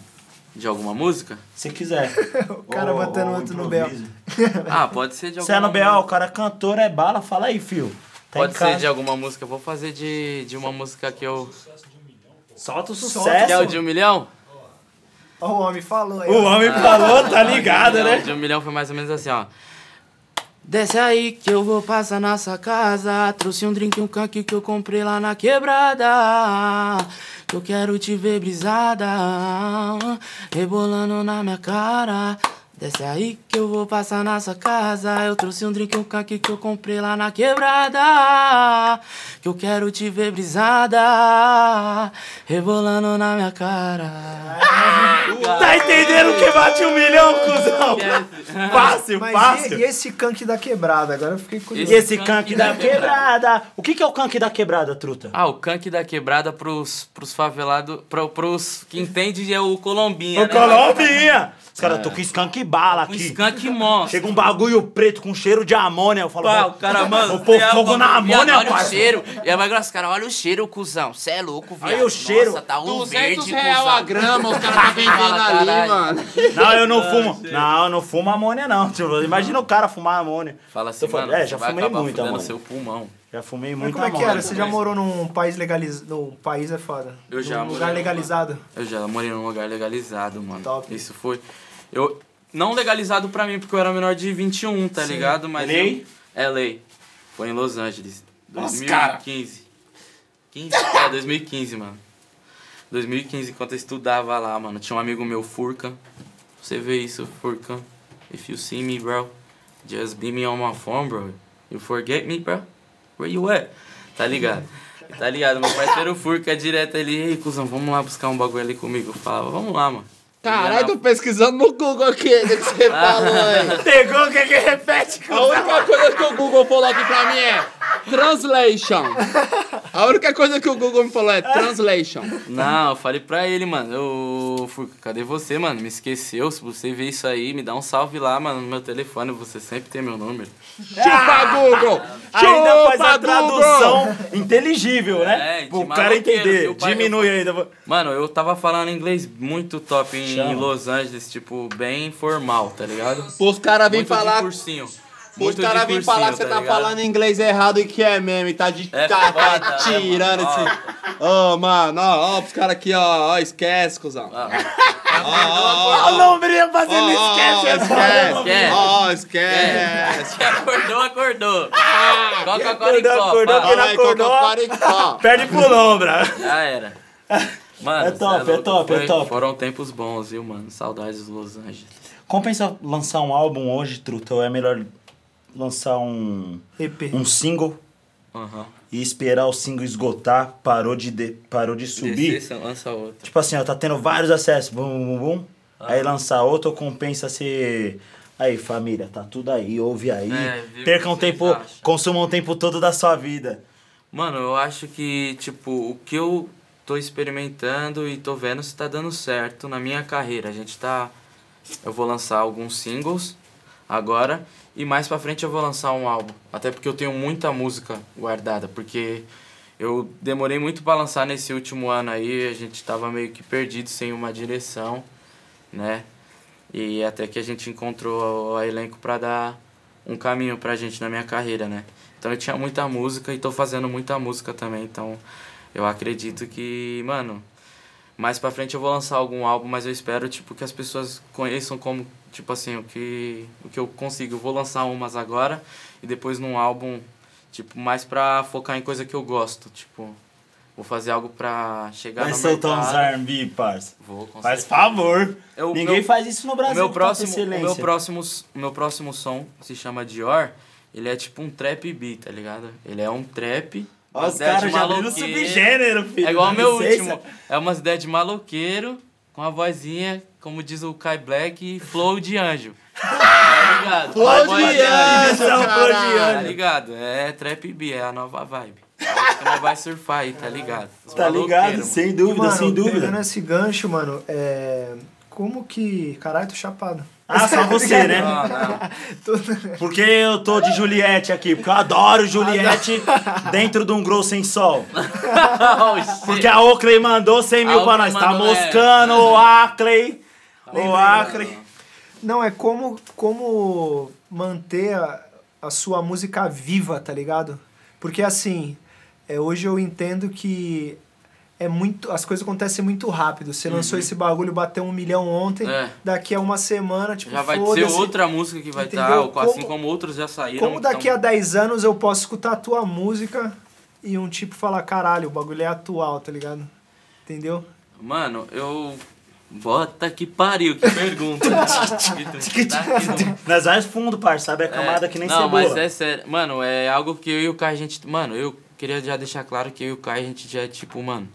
Speaker 2: De alguma música?
Speaker 5: Se quiser.
Speaker 4: O cara
Speaker 5: Ou-
Speaker 4: matando
Speaker 5: ou
Speaker 4: outro no
Speaker 5: improviso.
Speaker 2: Ah, pode ser de
Speaker 5: Você
Speaker 2: alguma
Speaker 5: é no BA, o
Speaker 2: música.
Speaker 5: cara é cantor, é bala, fala aí, fio. Tá
Speaker 2: Pode
Speaker 5: em
Speaker 2: ser
Speaker 5: casa.
Speaker 2: de alguma música. Eu Vou fazer de, de uma música que eu.
Speaker 5: Solta o
Speaker 2: Que é o
Speaker 5: sucesso.
Speaker 2: de um milhão?
Speaker 4: isso. Ó, o homem falou aí.
Speaker 5: O
Speaker 4: ó.
Speaker 5: homem falou, tá ligado,
Speaker 2: Não,
Speaker 5: né?
Speaker 2: Ah. De um milhão foi mais ou menos assim, ó. Desce aí que eu vou passar na sua casa. Trouxe um drink e um canque que eu comprei lá na quebrada. Que eu quero te ver brisada, rebolando na minha cara. Desce aí que eu vou passar na sua casa. Eu trouxe um drink e um canque que eu comprei lá na quebrada. Que eu quero te ver brisada, rebolando na minha cara.
Speaker 5: Tá entendendo que bate um milhão, cuzão? Fácil,
Speaker 4: Mas
Speaker 5: fácil.
Speaker 4: E, e esse canque da quebrada? Agora eu fiquei curioso.
Speaker 5: E esse canque da quebrada? O que, que é o canque da quebrada, truta?
Speaker 2: Ah, o canque da quebrada pros, pros favelados, pro, pros que entende é o Colombinha,
Speaker 5: Ô,
Speaker 2: né?
Speaker 5: Colombinha! Os caras, tô com skunk e bala
Speaker 2: O
Speaker 5: aqui.
Speaker 2: skunk monstro.
Speaker 5: Chega um bagulho preto com cheiro de amônia. Eu falo,
Speaker 2: Pá,
Speaker 5: vou-
Speaker 2: o cara, mano...
Speaker 5: Vou pôr
Speaker 2: tem a-
Speaker 5: fogo na
Speaker 2: viado,
Speaker 5: amônia,
Speaker 2: Olha o
Speaker 5: parça.
Speaker 2: cheiro. E aí vai graças, cara, olha o cheiro, cuzão. Cê é louco, viado.
Speaker 5: Olha o cheiro.
Speaker 2: Nossa, tá um
Speaker 6: 200
Speaker 2: verde,
Speaker 6: real
Speaker 2: cuzão.
Speaker 6: a grama, os caras tá vendendo
Speaker 2: Fala,
Speaker 6: ali,
Speaker 2: caralho.
Speaker 6: mano.
Speaker 5: Não, eu
Speaker 2: Ah,
Speaker 5: não fumo. Não, eu não fumo amônia, não. Tipo, imagina o cara fumar amônia.
Speaker 2: Fala assim,
Speaker 5: Tô falando,
Speaker 2: mano,
Speaker 5: É, já
Speaker 2: você vai
Speaker 5: fumei
Speaker 2: acabar
Speaker 5: muito
Speaker 2: fudendo
Speaker 5: amônia.
Speaker 2: seu pulmão.
Speaker 5: Já fumei
Speaker 4: Mas
Speaker 5: muito
Speaker 4: como é
Speaker 5: amônia.
Speaker 4: que era? Você já morou num país legalizado. Num país é foda.
Speaker 2: Eu já
Speaker 4: Num lugar
Speaker 2: morei num
Speaker 4: legalizado.
Speaker 2: Eu já morei num lugar legalizado, mano.
Speaker 4: Top.
Speaker 2: Isso foi... Eu... Não legalizado pra mim, porque eu era menor de 21, tá ligado? Mas
Speaker 5: Lei?
Speaker 2: eu- É lei. Foi em Los Angeles. 2015. 15? É, 2015, mano. 2015, enquanto eu estudava lá, mano. Tinha um amigo meu, Furkan. Você vê isso, Furkan. If you see me, bro, just be me on my phone, bro. You forget me, bro? Where you at? Tá ligado? Tá ligado? Meu parceiro Furkan direto ali. Ei, cuzão, vamos lá buscar um bagulho ali comigo. Eu falava, vamos lá, mano.
Speaker 6: Caralho, tô pesquisando no Google aquele que você falou aí.
Speaker 5: Pegou o que que repete,
Speaker 6: A única coisa que o Google falou aqui pra mim é translation. A única coisa que o Google me falou é translation.
Speaker 2: Não, eu falei pra ele, mano. Ô, Furca, cadê você, mano? Me esqueceu. Se você vê isso aí, me dá um salve lá, mano, no meu telefone. Você sempre tem meu número.
Speaker 6: Chupa, Google!
Speaker 5: Ainda faz
Speaker 6: Chupa,
Speaker 5: a
Speaker 6: Google!
Speaker 5: tradução inteligível, né?
Speaker 2: É, de
Speaker 5: Pro cara
Speaker 2: maloqueiro, que
Speaker 5: entender.
Speaker 2: o pai-
Speaker 5: Diminui ainda.
Speaker 2: Mano, eu tava falando inglês muito top em
Speaker 5: Chama.
Speaker 2: Los Angeles, tipo, bem formal, tá ligado?
Speaker 6: Os caras vêm
Speaker 2: Muito de
Speaker 6: falar...
Speaker 2: cursinho.
Speaker 6: Os
Speaker 2: Muito de
Speaker 6: caras vêm
Speaker 2: cursinho,
Speaker 6: falar que você tá
Speaker 2: ligado?
Speaker 6: falando inglês errado e que é meme, tá de
Speaker 2: É
Speaker 6: tá,
Speaker 2: foda,
Speaker 6: tá
Speaker 2: né,
Speaker 6: tirando
Speaker 2: mano?
Speaker 6: esse. Ô, mano, ó, ó, pros caras aqui, ó, ó, esquece, cuzão.
Speaker 2: Ah,
Speaker 5: Ah, não, menino, mas ele esquece essa
Speaker 6: Esquece,
Speaker 2: Esquece.
Speaker 6: Ó, esquece.
Speaker 2: Acordou, acordou.
Speaker 6: Ah.
Speaker 1: Acordou,
Speaker 2: Coca-Cola
Speaker 1: acordou,
Speaker 2: acordou.
Speaker 1: porque não
Speaker 6: Ai,
Speaker 1: acordou.
Speaker 6: Cocoricó.
Speaker 1: Perde pro lombra.
Speaker 2: Já era. Mano,
Speaker 5: É
Speaker 2: cê
Speaker 5: top, é
Speaker 2: louco,
Speaker 5: top, é
Speaker 2: foi-
Speaker 5: top.
Speaker 2: Foram tempos bons, viu, mano? Saudades dos Los Angeles.
Speaker 5: Compensa lançar um álbum hoje, Truta, ou é melhor lançar um,
Speaker 4: EP.
Speaker 5: um single
Speaker 2: Aham.
Speaker 5: e esperar o single esgotar, parou de, de- parou de subir?
Speaker 2: Descer, lança outro.
Speaker 5: Tipo assim, ó, tá tendo vários acessos, bum, bum, bum, bum.
Speaker 2: Ah.
Speaker 5: Aí lançar outro compensa ser... Aí, família, tá tudo aí, ouve aí.
Speaker 2: É, vê o
Speaker 5: Percam um
Speaker 2: que vocês
Speaker 5: tempo,
Speaker 2: acham.
Speaker 5: consumam o tempo todo da sua vida.
Speaker 2: Mano, eu acho que, tipo, o que eu tô experimentando e tô vendo se tá dando certo na minha carreira. A gente tá. Eu vou lançar alguns singles agora e mais pra frente eu vou lançar um álbum. Até porque eu tenho muita música guardada, porque eu demorei muito pra lançar nesse último ano aí, a gente tava meio que perdido sem uma direção, né? E até que a gente encontrou a elenco pra dar um caminho pra gente na minha carreira, né? Então eu tinha muita música e tô fazendo muita música também, então eu acredito que, mano, mais pra frente eu vou lançar algum álbum, mas eu espero tipo que as pessoas conheçam como, tipo assim, o que o que eu consigo. Eu vou lançar umas agora e depois num álbum tipo mais pra focar em coisa que eu gosto, tipo, vou fazer algo pra chegar
Speaker 5: Vai
Speaker 2: no
Speaker 5: soltar uns
Speaker 2: mercado.
Speaker 5: R&B, parça.
Speaker 2: Vou, com
Speaker 5: Faz
Speaker 2: certeza.
Speaker 5: favor.
Speaker 2: Eu-
Speaker 5: Ninguém
Speaker 2: eu-
Speaker 5: faz isso no Brasil
Speaker 2: O meu
Speaker 5: que tá com
Speaker 2: próximo, o
Speaker 5: excelência.
Speaker 2: meu próximo, o meu próximo som se chama Dior. Ele é tipo um trap beat, tá ligado? Ele é um trap.
Speaker 5: Ó, os
Speaker 2: umas ideias de
Speaker 5: caras já viram
Speaker 2: maloqueiro.
Speaker 5: subgênero, né? filho.
Speaker 2: É igual o
Speaker 5: dá
Speaker 2: meu
Speaker 5: licença.
Speaker 2: último. É umas ideias de maloqueiro com a vozinha, como diz o Kai Black, flow de anjo. Tá ligado? Com a
Speaker 6: Flow
Speaker 2: voz
Speaker 6: de anjo,
Speaker 5: Não, flow de
Speaker 6: caralho.
Speaker 2: Tá ligado? É trap beat, é a nova vibe. Acho que não vai surfar aí, tá ligado? Os
Speaker 5: Tá ligado?
Speaker 2: maloqueiros,
Speaker 5: Sem
Speaker 4: E,
Speaker 5: dúvida,
Speaker 4: mano,
Speaker 5: sem
Speaker 4: Pegando
Speaker 5: dúvida.
Speaker 4: esse gancho, mano, é. Como que. Caralho, tô chapado.
Speaker 5: Ah, só você, né?
Speaker 2: mano. Não, não.
Speaker 4: Tô-
Speaker 5: Porque eu tô de Juliette aqui, porque eu adoro Juliette dentro de um grosso sem sol. Porque a Oakley mandou 100 mil
Speaker 2: A
Speaker 5: pra
Speaker 2: Oakley
Speaker 5: nós. Tá
Speaker 2: mandou, é.
Speaker 5: moscando o Acre. O Acre.
Speaker 4: Não, é como, como manter a, a sua música viva, tá ligado? Porque assim, é, hoje eu entendo que é muito, as coisas acontecem muito rápido. Você lançou esse bagulho, bateu um milhão ontem,
Speaker 2: Uhum. É.
Speaker 4: daqui a uma semana, tipo,
Speaker 2: Já vai ser
Speaker 4: foda-se.
Speaker 2: outra música que vai estar,
Speaker 4: Entendeu?
Speaker 2: assim
Speaker 4: Como-
Speaker 2: como outros já saíram.
Speaker 4: Como daqui a
Speaker 2: então-
Speaker 4: 10 anos eu posso escutar a tua música e um tipo falar, caralho, o bagulho é atual, tá ligado? Entendeu?
Speaker 2: Mano, eu... Bota que pariu, que pergunta.
Speaker 4: Tá
Speaker 5: Nós vai fundo, parça. Sabe a camada
Speaker 2: É,
Speaker 5: que nem
Speaker 4: tá
Speaker 2: Não,
Speaker 5: cebola.
Speaker 2: mas é sério. Mano, é algo que eu e o Kai, a gente... Mano, eu queria já deixar claro que eu e o Kai, a gente já é tipo, mano...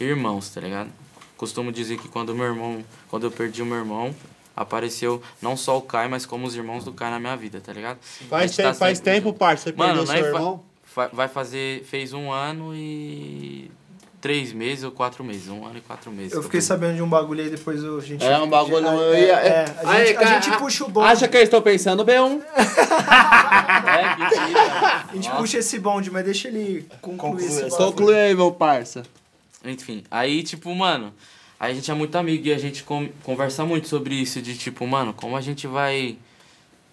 Speaker 2: Irmãos, tá ligado? Costumo dizer que quando meu irmão... Quando eu perdi o meu irmão... Apareceu não só o Kai, mas como os irmãos do Kai na minha vida, tá ligado? A
Speaker 7: Faz
Speaker 2: gente tá
Speaker 7: tempo, faz
Speaker 2: sempre
Speaker 7: tempo,
Speaker 2: junto.
Speaker 7: parça. Você
Speaker 2: Mano,
Speaker 7: perdeu seu
Speaker 2: na infa-
Speaker 7: irmão.
Speaker 2: fa- vai fazer. Fez um ano e. Três meses ou quatro meses. Um ano e quatro meses.
Speaker 4: Eu
Speaker 2: que
Speaker 4: fiquei
Speaker 2: perdi.
Speaker 4: sabendo de um bagulho aí depois eu- a gente.
Speaker 6: É um bagulho. eu
Speaker 4: É,
Speaker 6: ia-
Speaker 4: é, a gente,
Speaker 6: Aí,
Speaker 4: a
Speaker 6: cara,
Speaker 4: gente puxa o bonde.
Speaker 6: Acha que eu estou pensando B1?
Speaker 2: É, que tira.
Speaker 4: A gente puxa esse bonde, mas deixa ele concluir
Speaker 5: essa-
Speaker 4: esse bagulho.
Speaker 6: Conclui aí, meu parça.
Speaker 2: Enfim, aí, tipo, mano. Aí a gente é muito amigo e a gente com- conversa muito sobre isso. De tipo, mano, como a gente vai.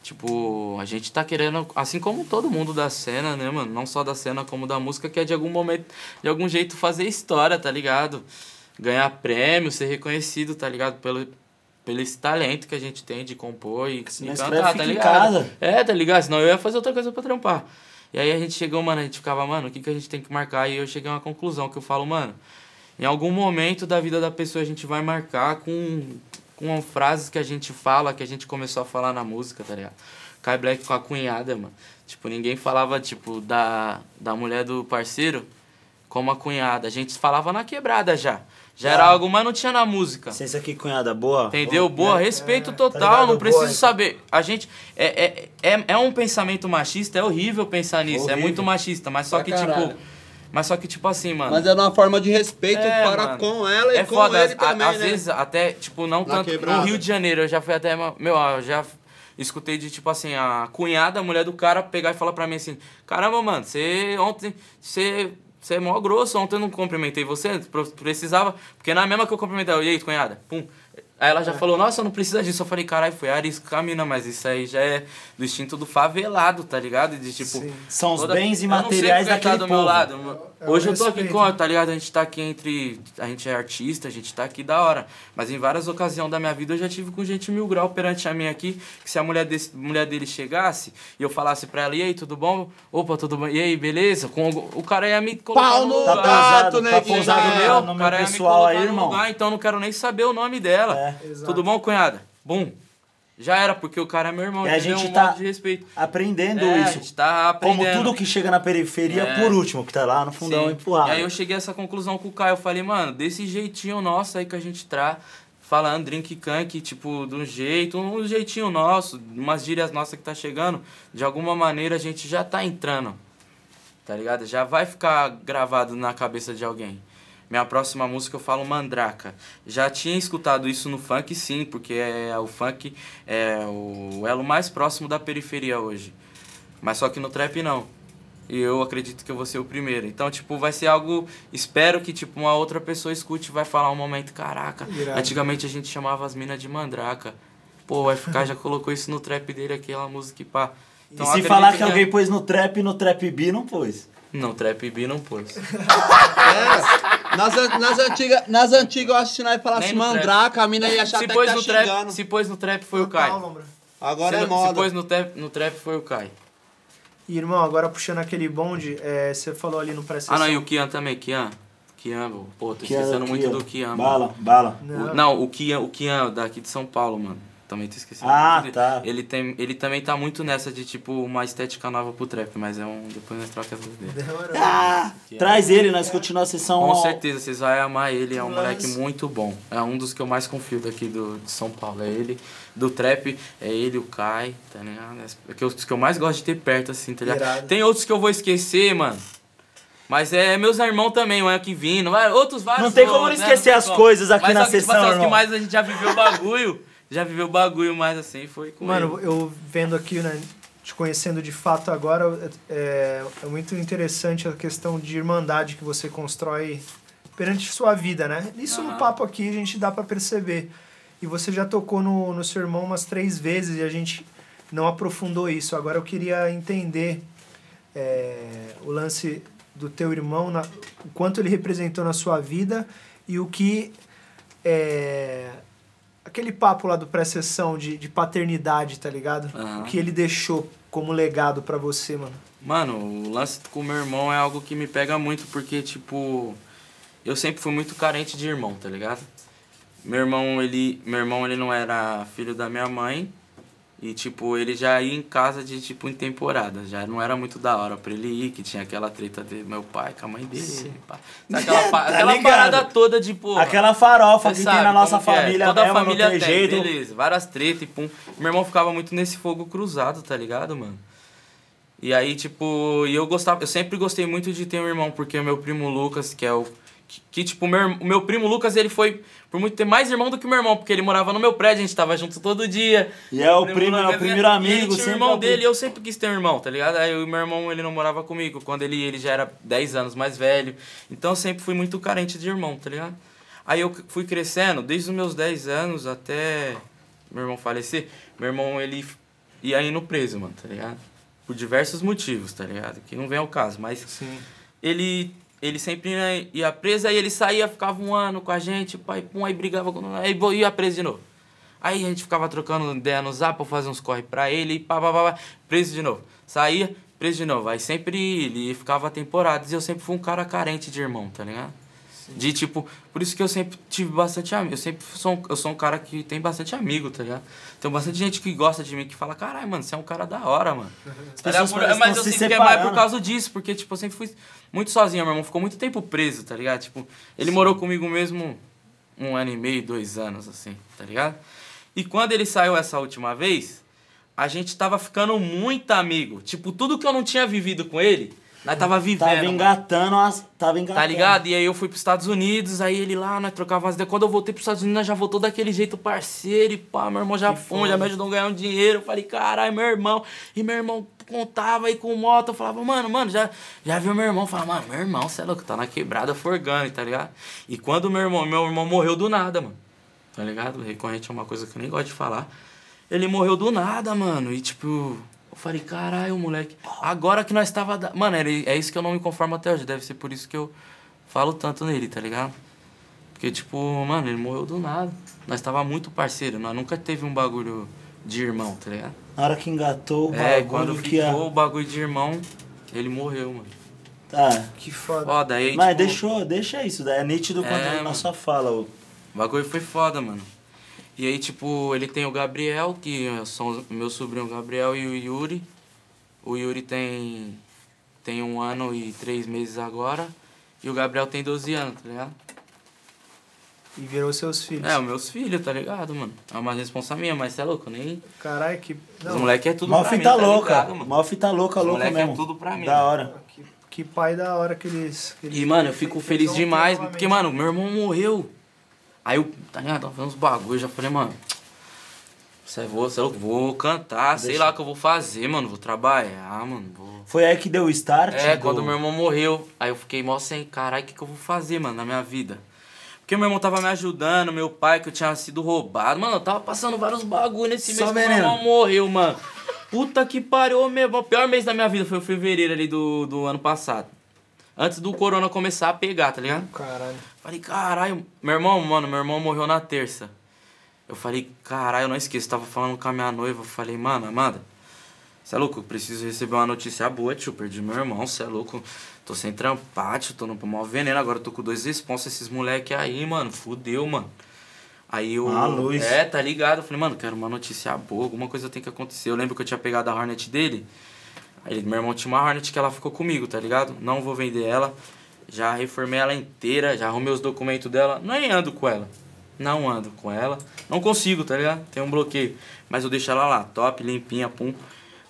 Speaker 2: Tipo, a gente tá querendo, assim como todo mundo da cena, né, mano? Não só da cena, como da música, que é de algum momento, de algum jeito fazer história, tá ligado? Ganhar prêmio, ser reconhecido, tá ligado? Pelo, pelo esse talento que a gente tem de compor e, e
Speaker 5: não escreve,
Speaker 2: cantar,
Speaker 5: fica
Speaker 2: tá
Speaker 5: em
Speaker 2: ligado?
Speaker 5: casa.
Speaker 2: É, tá ligado? Senão eu ia fazer outra coisa pra trampar. E aí a gente chegou, mano, a gente ficava, mano, o que, que a gente tem que marcar? E eu cheguei a uma conclusão que eu falo, mano, em algum momento da vida da pessoa a gente vai marcar com, com frases que a gente fala, que a gente começou a falar na música, tá ligado? Kai Black com a cunhada, mano. Tipo, ninguém falava, tipo, da, da mulher do parceiro como a cunhada. A gente falava na quebrada já. Já era algo, mas não tinha na música.
Speaker 5: Licença aqui, cunhada, boa.
Speaker 2: Entendeu? Boa, respeito total,
Speaker 5: ligado?
Speaker 2: não preciso
Speaker 5: Boa, então.
Speaker 2: saber. A gente. É, é, é, é um pensamento machista, é horrível pensar nisso. É
Speaker 5: Horrível.
Speaker 2: muito machista, mas só
Speaker 6: Pra
Speaker 2: que,
Speaker 6: caralho.
Speaker 2: tipo. Mas só que, tipo assim, mano.
Speaker 6: Mas é uma forma de respeito
Speaker 2: É,
Speaker 6: um para
Speaker 2: mano.
Speaker 6: com ela e
Speaker 2: é
Speaker 6: com
Speaker 2: foda,
Speaker 6: ele
Speaker 2: às-
Speaker 6: também,
Speaker 2: às
Speaker 6: né?
Speaker 2: vezes até, tipo, não
Speaker 7: Na
Speaker 2: tanto.
Speaker 7: quebrada.
Speaker 2: No Rio de Janeiro, eu já fui até. Meu, eu já escutei de, tipo assim, a cunhada, a mulher do cara, pegar e falar pra mim assim: caramba, mano, você ontem. Você. Você é mó grosso, ontem eu não cumprimentei você, pro- precisava. Porque na mesma que eu cumprimentei, eu, e aí, cunhada? Pum. Aí ela já
Speaker 6: É.
Speaker 2: falou, nossa, não precisa disso. Eu falei, caralho, foi arisca, mina, mas isso aí já é do instinto do favelado, tá ligado? De tipo.
Speaker 5: São os
Speaker 2: toda-
Speaker 5: bens
Speaker 2: Eu não sei
Speaker 5: imateriais
Speaker 2: quem tá
Speaker 5: daquele
Speaker 2: do
Speaker 5: povo.
Speaker 2: meu lado.
Speaker 4: É
Speaker 2: Hoje
Speaker 4: um
Speaker 2: eu tô aqui
Speaker 4: respeito.
Speaker 2: com, tá ligado? A gente tá aqui entre. A gente é artista, a gente tá aqui da hora. Mas em várias ocasiões da minha vida eu já tive com gente mil grau perante a minha aqui. Que se a mulher, desse, mulher dele chegasse e eu falasse pra ela, e aí, tudo bom? Opa, tudo bom? E aí, beleza? Com, algum- o cara ia me colocar.
Speaker 6: Pau no
Speaker 5: Tá
Speaker 2: lugar.
Speaker 5: pousado,
Speaker 6: gato, né,
Speaker 5: tá
Speaker 6: que já-
Speaker 5: pousado
Speaker 2: Entendeu?
Speaker 5: meu,
Speaker 2: O
Speaker 5: no meu
Speaker 2: cara ia me
Speaker 5: pessoal aí,
Speaker 2: colocar no
Speaker 5: irmão.
Speaker 2: lugar, então eu não quero nem saber o nome dela.
Speaker 5: É.
Speaker 4: Exato.
Speaker 2: Tudo bom, cunhada? Bom. Já era, porque o cara é meu irmão,
Speaker 5: E a
Speaker 2: entendeu?
Speaker 5: gente
Speaker 2: um
Speaker 5: tá
Speaker 2: modo de respeito.
Speaker 5: Aprendendo
Speaker 2: É, a
Speaker 5: isso.
Speaker 2: gente tá
Speaker 5: Como
Speaker 2: aprendendo.
Speaker 5: tudo que chega na periferia,
Speaker 2: É.
Speaker 5: por último, que tá lá no fundão
Speaker 2: Sim.
Speaker 5: empurrado.
Speaker 2: E aí eu cheguei a essa conclusão com o Caio. Eu falei, mano, desse jeitinho nosso aí que a gente traz, falando drink cank, tipo, de um jeito, um jeitinho nosso, umas gírias nossas que tá chegando, de alguma maneira a gente já tá entrando. Tá ligado? Já vai ficar gravado na cabeça de alguém. Minha próxima música eu falo mandraca. Já tinha escutado isso no funk, sim, porque é, o funk é o elo mais próximo da periferia hoje. Mas só que no trap não. E eu acredito que eu vou ser o primeiro. Então, tipo, vai ser algo. Espero que, tipo, uma outra pessoa escute e vai falar um momento, caraca.
Speaker 4: Irado.
Speaker 2: Antigamente a gente chamava as minas de mandraca. Pô, o FK já colocou isso no trap dele, aquela música e pá.
Speaker 5: E
Speaker 2: Então, eu
Speaker 5: se
Speaker 2: acredito
Speaker 5: falar que alguém pôs no trap, no trap B, não pôs.
Speaker 2: Não, trap B não pôs.
Speaker 6: É, nas, an- nas antigas, nas antigas eu acho que nós falasse
Speaker 2: Nem no
Speaker 6: mandraca, a mina ia achar
Speaker 2: se
Speaker 6: até
Speaker 2: pôs
Speaker 6: que tá
Speaker 2: no trap,
Speaker 6: xingando.
Speaker 2: se pôs no trap foi o Kai.
Speaker 4: Calma, bro.
Speaker 6: Agora
Speaker 2: se,
Speaker 6: é
Speaker 2: no- Se
Speaker 6: moda.
Speaker 2: pôs no trap, no trap foi o Kai.
Speaker 4: E, irmão, agora puxando aquele bonde, é, você falou ali no pré-sessão.
Speaker 2: Ah, não, e o Kian também, Kian. Kian, pô, pô, tô
Speaker 5: Kian,
Speaker 2: esquecendo muito
Speaker 5: Kian.
Speaker 2: do Kian.
Speaker 5: é Bala,
Speaker 2: mano.
Speaker 5: bala.
Speaker 2: O- não, o Kian, o Kian daqui de São Paulo, mano. Também tô esquecendo.
Speaker 5: Ah,
Speaker 2: muito dele.
Speaker 5: tá.
Speaker 2: Ele, tem, ele também tá muito nessa de, tipo, uma estética nova pro trap, mas é um... Depois nós trocamos as ideias.
Speaker 4: Demorou.
Speaker 5: Ah,
Speaker 2: é
Speaker 5: traz ele, nós continuamos a sessão.
Speaker 2: Com
Speaker 5: ao-
Speaker 2: certeza, vocês vão amar ele, é um
Speaker 4: Mas-
Speaker 2: moleque muito bom. É um dos que eu mais confio daqui do, de São Paulo. É ele, do trap, é ele, o Kai, tá ligado? É que eu- os que eu mais gosto de ter perto, assim, tá ligado?
Speaker 4: Irado.
Speaker 2: Tem outros que eu vou esquecer, mano. Mas é meus irmãos também, o Anki Vino, vai- outros vários.
Speaker 5: Não tem
Speaker 2: bons,
Speaker 5: como não
Speaker 2: né?
Speaker 5: esquecer
Speaker 2: tem
Speaker 5: as
Speaker 2: como.
Speaker 5: coisas aqui
Speaker 2: Mas
Speaker 5: na
Speaker 2: só que, tipo assim,
Speaker 5: sessão,
Speaker 2: os que
Speaker 5: irmão.
Speaker 2: mais a gente já viveu o bagulho, já viveu o bagulho mais assim, foi com
Speaker 4: Mano,
Speaker 2: ele.
Speaker 4: eu vendo aqui, né, te conhecendo de fato agora, é, é muito interessante a questão de irmandade que você constrói perante sua vida, né? Isso no
Speaker 2: Aham.
Speaker 4: papo aqui a gente dá pra perceber. E você já tocou no, no seu irmão umas três vezes e a gente não aprofundou isso. Agora eu queria entender é, o lance do teu irmão, na- o quanto ele representou na sua vida e o que é, aquele papo lá do pré-sessão de, de paternidade, tá ligado?
Speaker 2: Aham.
Speaker 4: O que ele deixou como legado pra você, mano.
Speaker 2: Mano, o lance com meu irmão é algo que me pega muito, porque, tipo, eu sempre fui muito carente de irmão, tá ligado? Meu irmão, ele, meu irmão, ele não era filho da minha mãe. E, tipo, ele já ia em casa de, tipo, em temporada. Já não era muito da hora pra ele ir, que tinha aquela treta de meu pai com a mãe dele. pá. Sabe Aquela, pa-
Speaker 5: Tá
Speaker 2: aquela
Speaker 5: ligado?
Speaker 2: parada toda de, pô...
Speaker 5: Aquela farofa
Speaker 2: Cê
Speaker 5: que
Speaker 2: sabe
Speaker 5: tem na nossa
Speaker 2: como que é.
Speaker 5: família,
Speaker 2: Toda
Speaker 5: mesmo,
Speaker 2: a família
Speaker 5: não tem, jeito.
Speaker 2: beleza. Várias tretas e pum. Meu irmão ficava muito nesse fogo cruzado, tá ligado, mano? E aí, tipo, e eu gostava, eu sempre gostei muito de ter um irmão, porque o meu primo Lucas, que é o. Que, que, tipo, meu, irm- o meu primo Lucas, ele foi por muito tempo mais irmão do que meu irmão, porque ele morava no meu prédio, a gente tava junto todo dia.
Speaker 5: E é o
Speaker 2: Meu
Speaker 5: primo, é
Speaker 2: Lucas,
Speaker 5: o primeiro
Speaker 2: né? E
Speaker 5: amigo,
Speaker 2: ele tinha
Speaker 5: sempre.
Speaker 2: o
Speaker 5: é
Speaker 2: irmão
Speaker 5: o primo.
Speaker 2: dele, eu sempre quis ter um irmão, tá ligado? Aí o meu irmão, ele não morava comigo, quando ele, ele já era 10 anos mais velho. Então eu sempre fui muito carente de irmão, tá ligado? Aí eu fui crescendo, desde os meus 10 anos até meu irmão falecer, meu irmão, ele ia indo preso, mano, tá ligado? Por diversos motivos, tá ligado? Que não vem ao caso, mas ele ele sempre né, ia preso, aí ele saía, ficava um ano com a gente, pai, pum, aí brigava com aí vo- ia preso de novo. Aí a gente ficava trocando ideia no zap, eu fazia uns corre pra ele, e pá, pá, pá, pá, preso de novo. Saía, preso de novo. Aí sempre ele ficava temporadas e eu sempre fui um cara carente de irmão, tá ligado? De tipo, por isso que eu sempre tive bastante amigo. Eu sempre sou um, eu sou um cara que tem bastante amigo, tá ligado? Tem bastante gente que gosta de mim que fala, caralho, mano, você é um cara da hora, mano. Tá ligado?
Speaker 5: pessoas
Speaker 2: Por-
Speaker 5: parecem
Speaker 2: mas eu
Speaker 5: que estão se
Speaker 2: sinto que é mais por
Speaker 5: separando.
Speaker 2: causa causa disso, porque, tipo, eu sempre fui muito sozinho, meu irmão ficou muito tempo preso, tá ligado? Tipo, ele morou comigo mesmo um ano e meio, dois anos, assim, tá ligado? E quando ele saiu essa última vez, a gente tava ficando muito amigo. Tipo, tudo que eu não tinha vivido com ele, nós tava vivendo.
Speaker 5: Tava
Speaker 2: mano.
Speaker 5: tá engatando as. Tava engatando.
Speaker 2: Tá ligado? E aí eu fui pros Estados Unidos, aí ele lá, nós trocava umas ideias. Quando eu voltei pros Estados Unidos, nós já voltou daquele jeito parceiro e pá, meu irmão já foi, já me ajudou a ganhar um dinheiro. Eu falei, caralho, meu irmão. E meu irmão contava aí com moto, eu falava, mano, mano, já, já viu meu irmão? Falava, mano, meu irmão, cê é louco, tá na quebrada forgando, tá ligado? E quando meu irmão, meu irmão morreu do nada, mano. Tá ligado? Recorrente é uma coisa que eu nem gosto de falar. Ele morreu do nada, mano. E tipo, Eu falei, caralho, moleque. Agora que nós tava. da- Mano, ele- é isso que eu não me conformo até hoje. Deve ser por isso que eu falo tanto nele, tá ligado? Porque, tipo, mano, ele morreu do nada. Nós tava muito parceiro, nós nunca teve um bagulho de irmão, tá ligado?
Speaker 5: Na hora que engatou o
Speaker 2: é,
Speaker 5: bagulho
Speaker 2: quando
Speaker 5: que a...
Speaker 2: ficou o bagulho de irmão, ele morreu, mano.
Speaker 5: Tá.
Speaker 4: Que foda.
Speaker 2: Foda, aí,
Speaker 5: Mas
Speaker 2: tipo,
Speaker 5: deixou, deixa isso, daí é nítido quando
Speaker 2: É,
Speaker 5: ele na
Speaker 2: mano.
Speaker 5: sua fala. ô.
Speaker 2: O bagulho foi foda, mano. E aí, tipo, ele tem o Gabriel, que são os- meu sobrinho Gabriel, e o Yuri. O Yuri tem, tem um ano e três meses agora. E o Gabriel tem 12 anos, tá ligado?
Speaker 4: E virou seus filhos.
Speaker 2: É, os meus filhos, tá ligado, mano? É uma responsa minha, mas você é louco, nem.
Speaker 4: Caralho, que.
Speaker 2: Os
Speaker 4: Não,
Speaker 2: moleque é tudo pra
Speaker 5: Malfi
Speaker 2: mim,
Speaker 5: tá
Speaker 2: tá
Speaker 5: louca.
Speaker 2: ligado, mano?
Speaker 5: Malfi tá louca,
Speaker 2: Os
Speaker 5: louca
Speaker 2: moleque é
Speaker 5: mesmo.
Speaker 2: tudo pra mim,
Speaker 5: Da
Speaker 2: né?
Speaker 5: hora.
Speaker 4: que, que pai da hora que eles. que eles-
Speaker 2: E, mano, eu fico
Speaker 4: eles
Speaker 2: feliz
Speaker 4: vão ter
Speaker 2: demais,
Speaker 4: novamente.
Speaker 2: porque, mano, meu irmão morreu. Aí eu, tá ligado? Tava vendo uns bagulho, já falei, mano. Você é vou, você é louco, vou cantar, sei lá o que eu vou fazer, mano. Vou trabalhar, mano. Vou...
Speaker 5: Foi aí que deu o start?
Speaker 2: É,
Speaker 5: do-
Speaker 2: quando meu irmão morreu, aí eu fiquei mó sem, caralho, o que, que eu vou fazer, mano, na minha vida? Porque meu irmão tava me ajudando, meu pai, que eu tinha sido roubado. Mano, eu tava passando vários bagulho nesse
Speaker 5: Só
Speaker 2: mês que meu
Speaker 5: veneno.
Speaker 2: irmão morreu, mano. Puta que pariu, meu irmão. O pior mês da minha vida foi o fevereiro ali do, do ano passado. Antes do corona começar a pegar, tá ligado?
Speaker 4: Caralho.
Speaker 2: Falei, caralho, meu irmão, mano, meu irmão morreu na terça. Eu falei, caralho, eu não esqueço, tava falando com a minha noiva, eu falei, mano, Amanda, você é louco, eu preciso receber uma notícia boa, tio, perdi meu irmão, você é louco, tô sem trampar, tio, tô no maior veneno, agora eu tô com dois responsos, esses moleque aí, mano, fudeu, mano. Aí eu.
Speaker 5: Ah, luz.
Speaker 2: É, tá ligado? Eu falei, mano, quero uma notícia boa, alguma coisa tem que acontecer. Eu lembro que eu tinha pegado a Hornet dele. Aí meu irmão tinha uma Hornet que ela ficou comigo, tá ligado? Não vou vender ela. Já reformei ela inteira, já arrumei os documentos dela. Nem ando com ela. Não ando com ela. Não consigo, tá ligado? Tem um bloqueio. Mas eu deixo ela lá, top, limpinha, pum.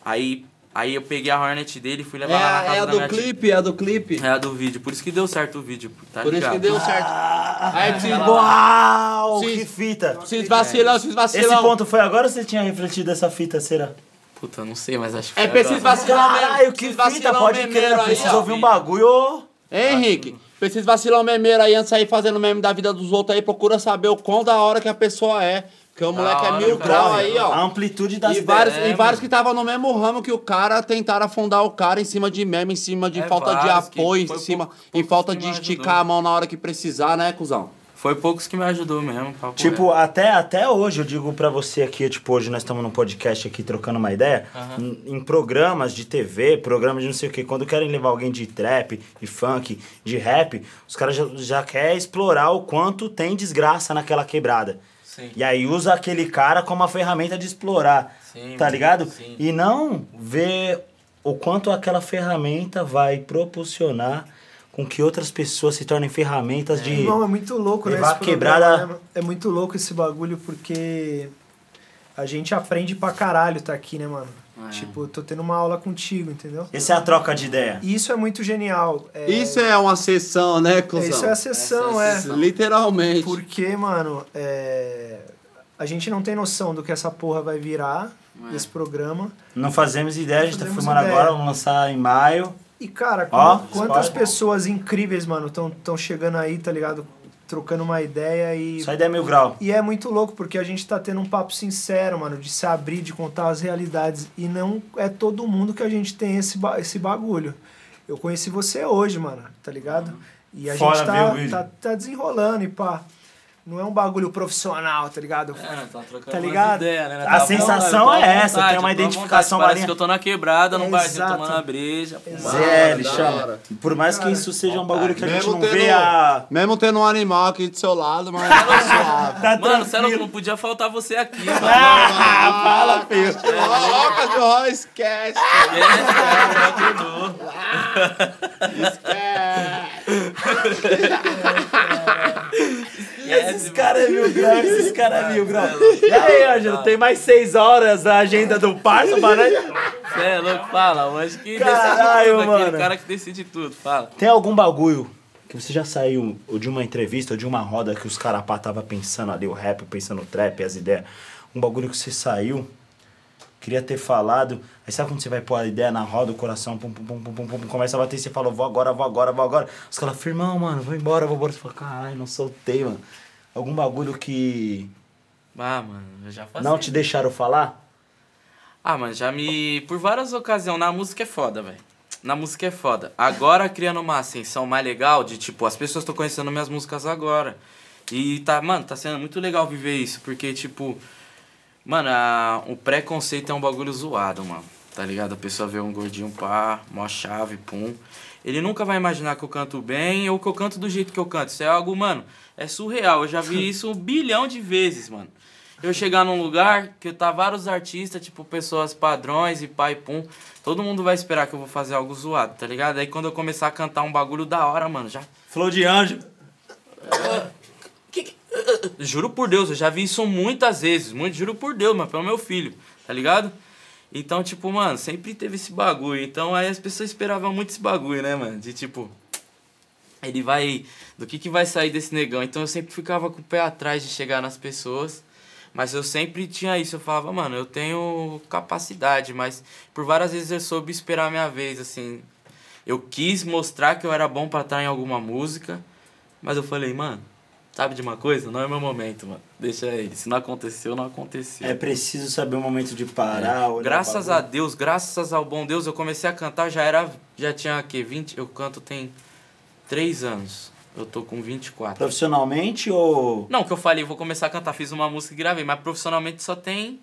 Speaker 2: Aí, aí eu peguei a Hornet dele e fui
Speaker 6: É,
Speaker 2: levar lá na
Speaker 6: a,
Speaker 2: casa
Speaker 6: é a
Speaker 2: da
Speaker 6: do
Speaker 2: minha tia.
Speaker 6: clipe, é a do clipe.
Speaker 2: É Ah, a do vídeo. Por isso que deu certo o vídeo, tá
Speaker 6: Por isso
Speaker 2: ligado?
Speaker 6: que deu certo. Aí vocês,
Speaker 5: Ah, Uau,
Speaker 6: Sim.
Speaker 5: que fita.
Speaker 6: vocês
Speaker 2: é
Speaker 6: vacilão, vocês vacilão.
Speaker 5: Esse ponto foi agora ou você tinha refletido essa fita, será?
Speaker 2: Puta, não sei, mas acho que
Speaker 6: É
Speaker 2: foi
Speaker 6: preciso
Speaker 2: agora.
Speaker 6: vacilar mesmo.
Speaker 5: Caralho, que
Speaker 6: Preciso
Speaker 5: fita,
Speaker 6: vacilar
Speaker 5: pode
Speaker 6: o
Speaker 5: crer,
Speaker 6: memeiro
Speaker 5: eu
Speaker 6: aí,
Speaker 5: preciso
Speaker 6: ó.
Speaker 5: ouvir um bagulho. ô.
Speaker 6: Hein, Henrique? Precisa vacilar o memeiro aí antes de sair fazendo meme da vida dos outros aí. Procura saber o quão da hora que a pessoa é. Porque o moleque
Speaker 2: hora,
Speaker 6: é mil
Speaker 2: cara.
Speaker 6: grau aí,
Speaker 5: A
Speaker 6: ó.
Speaker 5: amplitude das
Speaker 6: E vários,
Speaker 5: ideias.
Speaker 6: e vários que estavam no mesmo ramo que o cara tentaram afundar o cara em cima de meme, em cima de
Speaker 2: É,
Speaker 6: falta de
Speaker 2: vários que
Speaker 6: apoio, em
Speaker 2: foi
Speaker 6: cima,
Speaker 2: pouco-
Speaker 6: em
Speaker 2: poucos
Speaker 6: falta
Speaker 2: que
Speaker 6: de
Speaker 2: me ajudou.
Speaker 6: esticar a mão na hora que precisar, né, cuzão?
Speaker 2: Foi poucos que me ajudou mesmo.
Speaker 6: É.
Speaker 2: papo
Speaker 5: Tipo,
Speaker 2: reto.
Speaker 5: até, até hoje, eu digo pra você aqui, tipo, hoje nós estamos num podcast aqui trocando uma ideia, em, em programas de TV, programas de não sei o quê, quando querem levar alguém de trap, de funk, de rap, os caras já, já querem explorar o quanto tem desgraça naquela quebrada.
Speaker 2: Sim.
Speaker 5: E aí usa aquele cara como uma ferramenta de explorar,
Speaker 2: Sim,
Speaker 5: tá
Speaker 2: mano,
Speaker 5: ligado?
Speaker 2: sim.
Speaker 5: E não ver o quanto aquela ferramenta vai proporcionar com que outras pessoas se tornem ferramentas de...
Speaker 4: Irmão, é muito louco, né?
Speaker 5: Levar
Speaker 4: esse
Speaker 5: a quebrada-
Speaker 4: programa, né? É muito louco esse bagulho, porque a gente aprende pra caralho tá aqui, né, mano?
Speaker 2: Ah, é.
Speaker 4: Tipo, tô tendo uma aula contigo, entendeu?
Speaker 5: Essa é a troca de ideia.
Speaker 4: E isso é muito genial. É,
Speaker 6: Isso é uma sessão, né,
Speaker 4: é,
Speaker 6: cuzão?
Speaker 4: isso é a sessão, é.
Speaker 6: Literalmente.
Speaker 4: Porque, mano, é, a gente não tem noção do que essa porra vai virar, esse programa.
Speaker 5: Não fazemos ideia, a gente tá
Speaker 4: fazemos
Speaker 5: filmando
Speaker 4: ideia.
Speaker 5: agora, vamos lançar em maio.
Speaker 4: E, cara,
Speaker 5: Ó,
Speaker 4: quan- quantas
Speaker 5: spoiler.
Speaker 4: pessoas incríveis, mano, estão chegando aí, tá ligado? Trocando uma ideia e.
Speaker 5: Só ideia mil grau.
Speaker 4: E é muito louco, porque a gente tá tendo um papo sincero, mano, de se abrir, de contar as realidades. E não é todo mundo que a gente tem esse, ba- esse bagulho. Eu conheci você hoje, mano, tá ligado? E a
Speaker 5: Fora
Speaker 4: gente
Speaker 5: ver o
Speaker 4: tá,
Speaker 5: vídeo.
Speaker 4: tá, tá desenrolando e pá. Não é um bagulho profissional, tá ligado?
Speaker 2: É, não, tá trocando
Speaker 4: Tá
Speaker 2: umas
Speaker 4: ligado?
Speaker 2: ideias, né?
Speaker 5: A
Speaker 2: Tá bom,
Speaker 5: sensação
Speaker 2: né? Tá
Speaker 5: é
Speaker 2: à
Speaker 5: essa, tem uma
Speaker 2: tá à
Speaker 5: identificação
Speaker 2: Parece
Speaker 5: marinha.
Speaker 2: que eu tô na quebrada, num
Speaker 4: É,
Speaker 2: barzinho
Speaker 4: exato.
Speaker 2: tomando a breja. fumando.
Speaker 5: ZL,
Speaker 6: da
Speaker 5: chama.
Speaker 6: hora.
Speaker 5: Por mais que isso seja um bagulho que a gente
Speaker 6: Mesmo
Speaker 5: não
Speaker 6: tendo-
Speaker 5: vê a.
Speaker 6: Mesmo tendo um animal aqui do seu lado, mas tá
Speaker 5: Tá
Speaker 6: suave.
Speaker 2: Mano,
Speaker 5: tranquilo.
Speaker 2: você é louco, não podia faltar você aqui, mano.
Speaker 5: Ah, fala, filho.
Speaker 2: É.
Speaker 6: Coloca de ó, esquece.
Speaker 5: Esses caras é mil grau, esses caras é mil grau.
Speaker 1: E aí, Ângelo, tem mais seis horas da agenda do parça para nós?
Speaker 2: Você é louco, fala. Eu acho que
Speaker 5: Caralho,
Speaker 2: decide tudo,
Speaker 5: mano.
Speaker 2: aquele cara que decide tudo, fala.
Speaker 5: Tem algum bagulho que você já saiu ou de uma entrevista ou de uma roda que os carapá tava pensando ali, o rap, pensando no trap, as ideias. Um bagulho que você saiu, queria ter falado. Aí sabe quando você vai pôr a ideia na roda, o coração, pum, pum, pum, pum, pum, pum, pum, começa a bater e você fala, vou agora, vou agora, vou agora. Os caras, firmão, mano, vou embora, vou embora. Você fala, caralho, não soltei, mano. Algum bagulho que
Speaker 2: Ah, mano, eu já passei.
Speaker 5: não te deixaram falar?
Speaker 2: Ah, mano, já me. Por várias ocasiões, na música é foda, velho. Na música é foda. Agora criando uma ascensão mais legal de tipo, as pessoas estão conhecendo minhas músicas agora. E tá, mano, tá sendo muito legal viver isso, porque tipo. Mano, a- o preconceito é um bagulho zoado, mano. Tá ligado? A pessoa vê um gordinho pá, mó chave, pum. Ele nunca vai imaginar que eu canto bem ou que eu canto do jeito que eu canto. Isso é algo, mano, é surreal. Eu já vi isso um bilhão de vezes, mano. Eu chegar num lugar que tá vários artistas, tipo, pessoas padrões e pai, pum. Todo mundo vai esperar que eu vou fazer algo zoado, tá ligado? Aí quando eu começar a cantar um bagulho da hora, mano, já
Speaker 1: Flow de anjo.
Speaker 2: Juro por Deus, eu já vi isso muitas vezes. Muito, juro por Deus, mas pelo meu filho, tá ligado? Então, tipo, mano, sempre teve esse bagulho. Então aí as pessoas esperavam muito esse bagulho, né, mano? De tipo. Ele vai. Do que, que vai sair desse negão? Então eu sempre ficava com o pé atrás de chegar nas pessoas. Mas eu sempre tinha isso. Eu falava, mano, eu tenho capacidade, mas por várias vezes eu soube esperar a minha vez, assim. Eu quis mostrar que eu era bom pra estar em alguma música, mas eu falei, mano, sabe de uma coisa? Não é meu momento, mano. Deixa ele. Se não aconteceu, não aconteceu.
Speaker 5: É preciso saber o momento de parar. olhar
Speaker 2: É, graças
Speaker 5: pra-
Speaker 2: a Deus, graças ao bom Deus, eu comecei a cantar, já era. Já tinha que 20. Eu canto tem 3 anos. Eu tô com 24.
Speaker 5: Profissionalmente ou.
Speaker 2: Não, que eu falei, vou começar a cantar, fiz uma música e gravei, mas profissionalmente só tem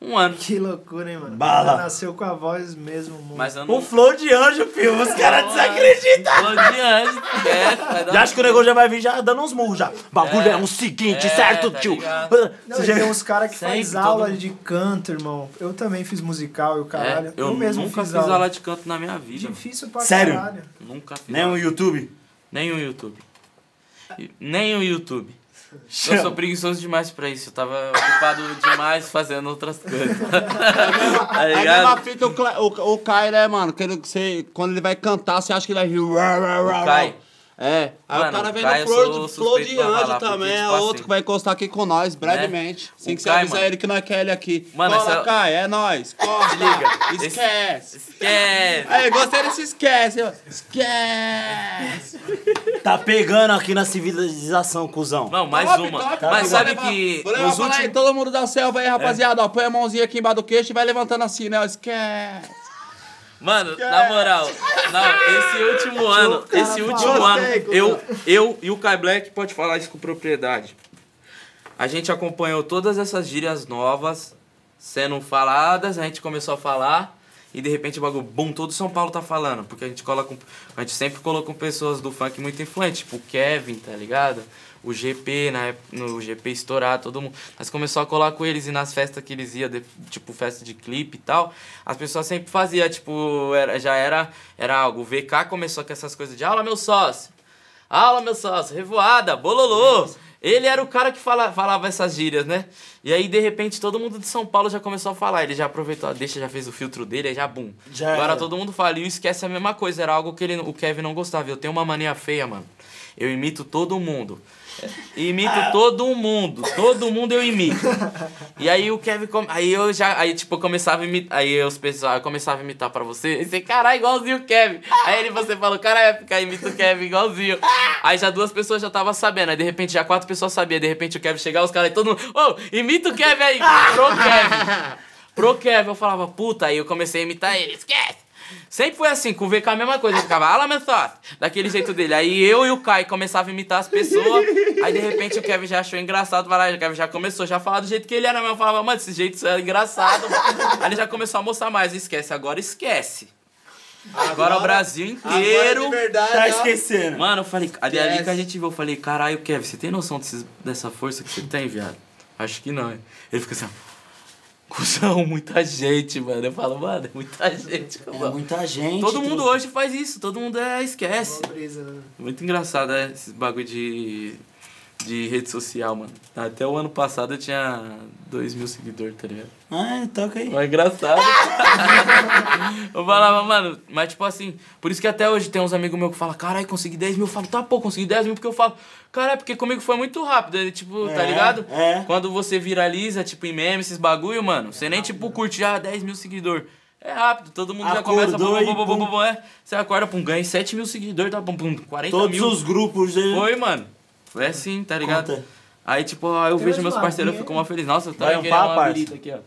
Speaker 2: um ano.
Speaker 4: Que loucura, hein, mano?
Speaker 5: Bala.
Speaker 4: Ela nasceu com a voz mesmo. muito.
Speaker 2: Mas eu não.
Speaker 1: Um flow de anjo, filho. Os caras desacreditam.
Speaker 2: Tô de anjo, é, vai dar-
Speaker 5: Já acho que o negócio já vai vir já dando uns murros já. Bagulho é, um seguinte,
Speaker 2: é,
Speaker 5: certo,
Speaker 2: tá
Speaker 5: tio?
Speaker 2: ligado?
Speaker 4: Não,
Speaker 5: Você
Speaker 4: e
Speaker 5: já- um
Speaker 4: tem uns caras que
Speaker 2: Sempre,
Speaker 4: faz
Speaker 2: todo
Speaker 4: aula
Speaker 2: mundo.
Speaker 4: de canto, irmão. Eu também fiz musical e o caralho.
Speaker 2: É, eu
Speaker 4: mesmo
Speaker 2: nunca
Speaker 4: fiz
Speaker 2: fiz aula de canto na minha vida. mano.
Speaker 4: Difícil pra
Speaker 5: Sério?
Speaker 4: caralho.
Speaker 2: Nunca fiz.
Speaker 5: Nem o YouTube.
Speaker 2: Nem o YouTube. E- Nem o YouTube. Eu sou preguiçoso demais pra isso. Eu tava ocupado demais fazendo outras coisas. tá
Speaker 6: É a
Speaker 2: ligado?
Speaker 6: mesma fita, o, Cla- o, o Kai, né, mano? Quando, você, quando ele vai cantar, você acha que ele vai rir. Rá, rá, rá,
Speaker 2: Kai.
Speaker 6: rá. É. Aí
Speaker 2: Mano,
Speaker 6: o cara vem
Speaker 2: o Kai,
Speaker 6: no
Speaker 2: eu
Speaker 6: Flor,
Speaker 2: sou
Speaker 6: Flor de
Speaker 2: suspeito pra
Speaker 6: Anjo
Speaker 2: falar, porque,
Speaker 6: também, é
Speaker 2: tipo
Speaker 6: outro
Speaker 2: assim, né?
Speaker 6: que vai encostar aqui com nós, brevemente. Assim
Speaker 2: O
Speaker 6: que você
Speaker 2: Kai,
Speaker 6: avisar
Speaker 2: mano.
Speaker 6: ele que nós quer ele aqui.
Speaker 2: Mano,
Speaker 6: Fala,
Speaker 2: essa-
Speaker 6: Kai, é nóis. Corta.
Speaker 2: Liga.
Speaker 6: Esquece.
Speaker 2: Esquece!
Speaker 6: Aí, gostei desse esquece. ó. Esquece.
Speaker 5: Tá pegando aqui na civilização, cuzão.
Speaker 2: Não, mais
Speaker 6: Top,
Speaker 2: uma.
Speaker 6: top.
Speaker 2: Mas
Speaker 6: Vou
Speaker 2: sabe
Speaker 6: levar-
Speaker 2: que
Speaker 6: Vou levar
Speaker 2: nos
Speaker 6: pra lá,
Speaker 2: últimos...
Speaker 6: hein? todo mundo da selva aí, rapaziada. Ó, põe a mãozinha aqui embaixo do queixo e vai levantando assim, né? ó, Esquece.
Speaker 2: Mano, na moral, não, esse último ano, esse último
Speaker 6: falou.
Speaker 2: ano,
Speaker 6: Gostei, gostei.
Speaker 2: eu, eu e o Kai Black pode falar isso com propriedade. A gente acompanhou todas essas gírias novas sendo faladas, a gente começou a falar e de repente o bagulho, bum, todo São Paulo tá falando, porque a gente cola com, a gente sempre colou com pessoas do funk muito influentes, tipo o Kevin, tá ligado? O GP, na época, no GP estourar, todo mundo. Nós começou a colar com eles e nas festas que eles iam, de- tipo festa de clipe e tal, as pessoas sempre faziam, tipo, era, já era, era algo. O VK começou com essas coisas de aula, meu sócio. Aula, meu sócio, revoada, bololô. Ele era o cara que fala- falava essas gírias, né? E aí, de repente, todo mundo de São Paulo já começou a falar. Ele já aproveitou a deixa, já fez o filtro dele, aí já bum.
Speaker 5: Já
Speaker 2: Agora
Speaker 5: era.
Speaker 2: todo mundo fala. E o esquece é a mesma coisa, era algo que ele, o Kevin não gostava. Eu tenho uma mania feia, mano. Eu imito todo mundo. É, Imito todo mundo. Todo mundo eu imito. E aí o Kevin. come- Aí eu já. Aí, tipo, eu começava a imitar. Aí os pessoal eu começava a imitar pra você. E você, caralho, igualzinho o Kevin. Aí ele você falou, caralho, ficar imita o Kevin igualzinho. Aí já duas pessoas já estavam sabendo. Aí de repente já quatro pessoas sabiam. De repente o Kevin chegava, os caras aí todo mundo. Ô, imita o Kevin aí. Pro Kevin. Pro Kevin. Eu falava, puta, aí eu comecei a imitar ele. Esquece! Sempre foi assim, com o VK a mesma coisa, eu ficava, ala meu sócio", daquele jeito dele. Aí eu e o Kai começava a imitar as pessoas, aí de repente o Kevin já achou engraçado, vai lá, o Kevin já começou já a falar do jeito que ele era, mas eu falava, mano, esse jeito isso é engraçado. mano." Aí ele já começou a mostrar mais, esquece, agora esquece. Agora, o Brasil inteiro.
Speaker 6: verdade,
Speaker 5: Tá esquecendo.
Speaker 2: Mano, eu falei, ali, ali que a
Speaker 6: é Esquece.
Speaker 2: gente viu, eu falei, caralho, Kevin, você tem noção desses- dessa força que você tem, viado? Acho que não, hein? Ele fica assim, ó, cuzão, muita gente, mano. Eu falo, mano, é muita gente,
Speaker 5: É
Speaker 2: cuzão.
Speaker 5: muita gente.
Speaker 2: Todo mundo
Speaker 5: hoje.
Speaker 2: hoje faz isso, todo mundo é, esquece.
Speaker 4: Uma brisa, né?
Speaker 2: Muito engraçado é, esses bagulho de, de rede social, mano. Até o ano passado eu tinha 2 mil seguidores, tá ligado?
Speaker 5: Ah, toca aí.
Speaker 2: Mas é engraçado. eu falava, mano, mas tipo assim, por isso que até hoje tem uns amigos meus que falam, caralho, consegui 10 mil. Eu falo, tá pô, consegui 10 mil, porque eu falo, caralho, porque comigo foi muito rápido, ele, tipo, tá
Speaker 5: É,
Speaker 2: ligado?
Speaker 5: é.
Speaker 2: Quando você viraliza, tipo, em meme, esses bagulho, mano, você nem, tipo, curte, ah, 10 mil seguidor. É rápido, todo mundo
Speaker 5: Acordou
Speaker 2: já começa, pum,
Speaker 5: e
Speaker 2: pum, pum, pum,
Speaker 5: pum.
Speaker 2: pum, pum, é. Você acorda, pum, ganha 7 mil seguidores, tá, pum, pum, 40
Speaker 5: Todos
Speaker 2: mil.
Speaker 5: os grupos né? dele.
Speaker 2: Foi, mano. Foi assim, tá ligado?
Speaker 5: Conta.
Speaker 2: Aí, tipo, eu
Speaker 4: Tem mais
Speaker 2: vejo meus
Speaker 4: uma
Speaker 2: parceiros, eu
Speaker 4: aguinha
Speaker 2: fico
Speaker 4: aí?
Speaker 2: mó feliz. Nossa, eu
Speaker 5: Vai
Speaker 2: tava
Speaker 5: um
Speaker 2: querendo
Speaker 5: papo,
Speaker 2: uma birita aqui, ó.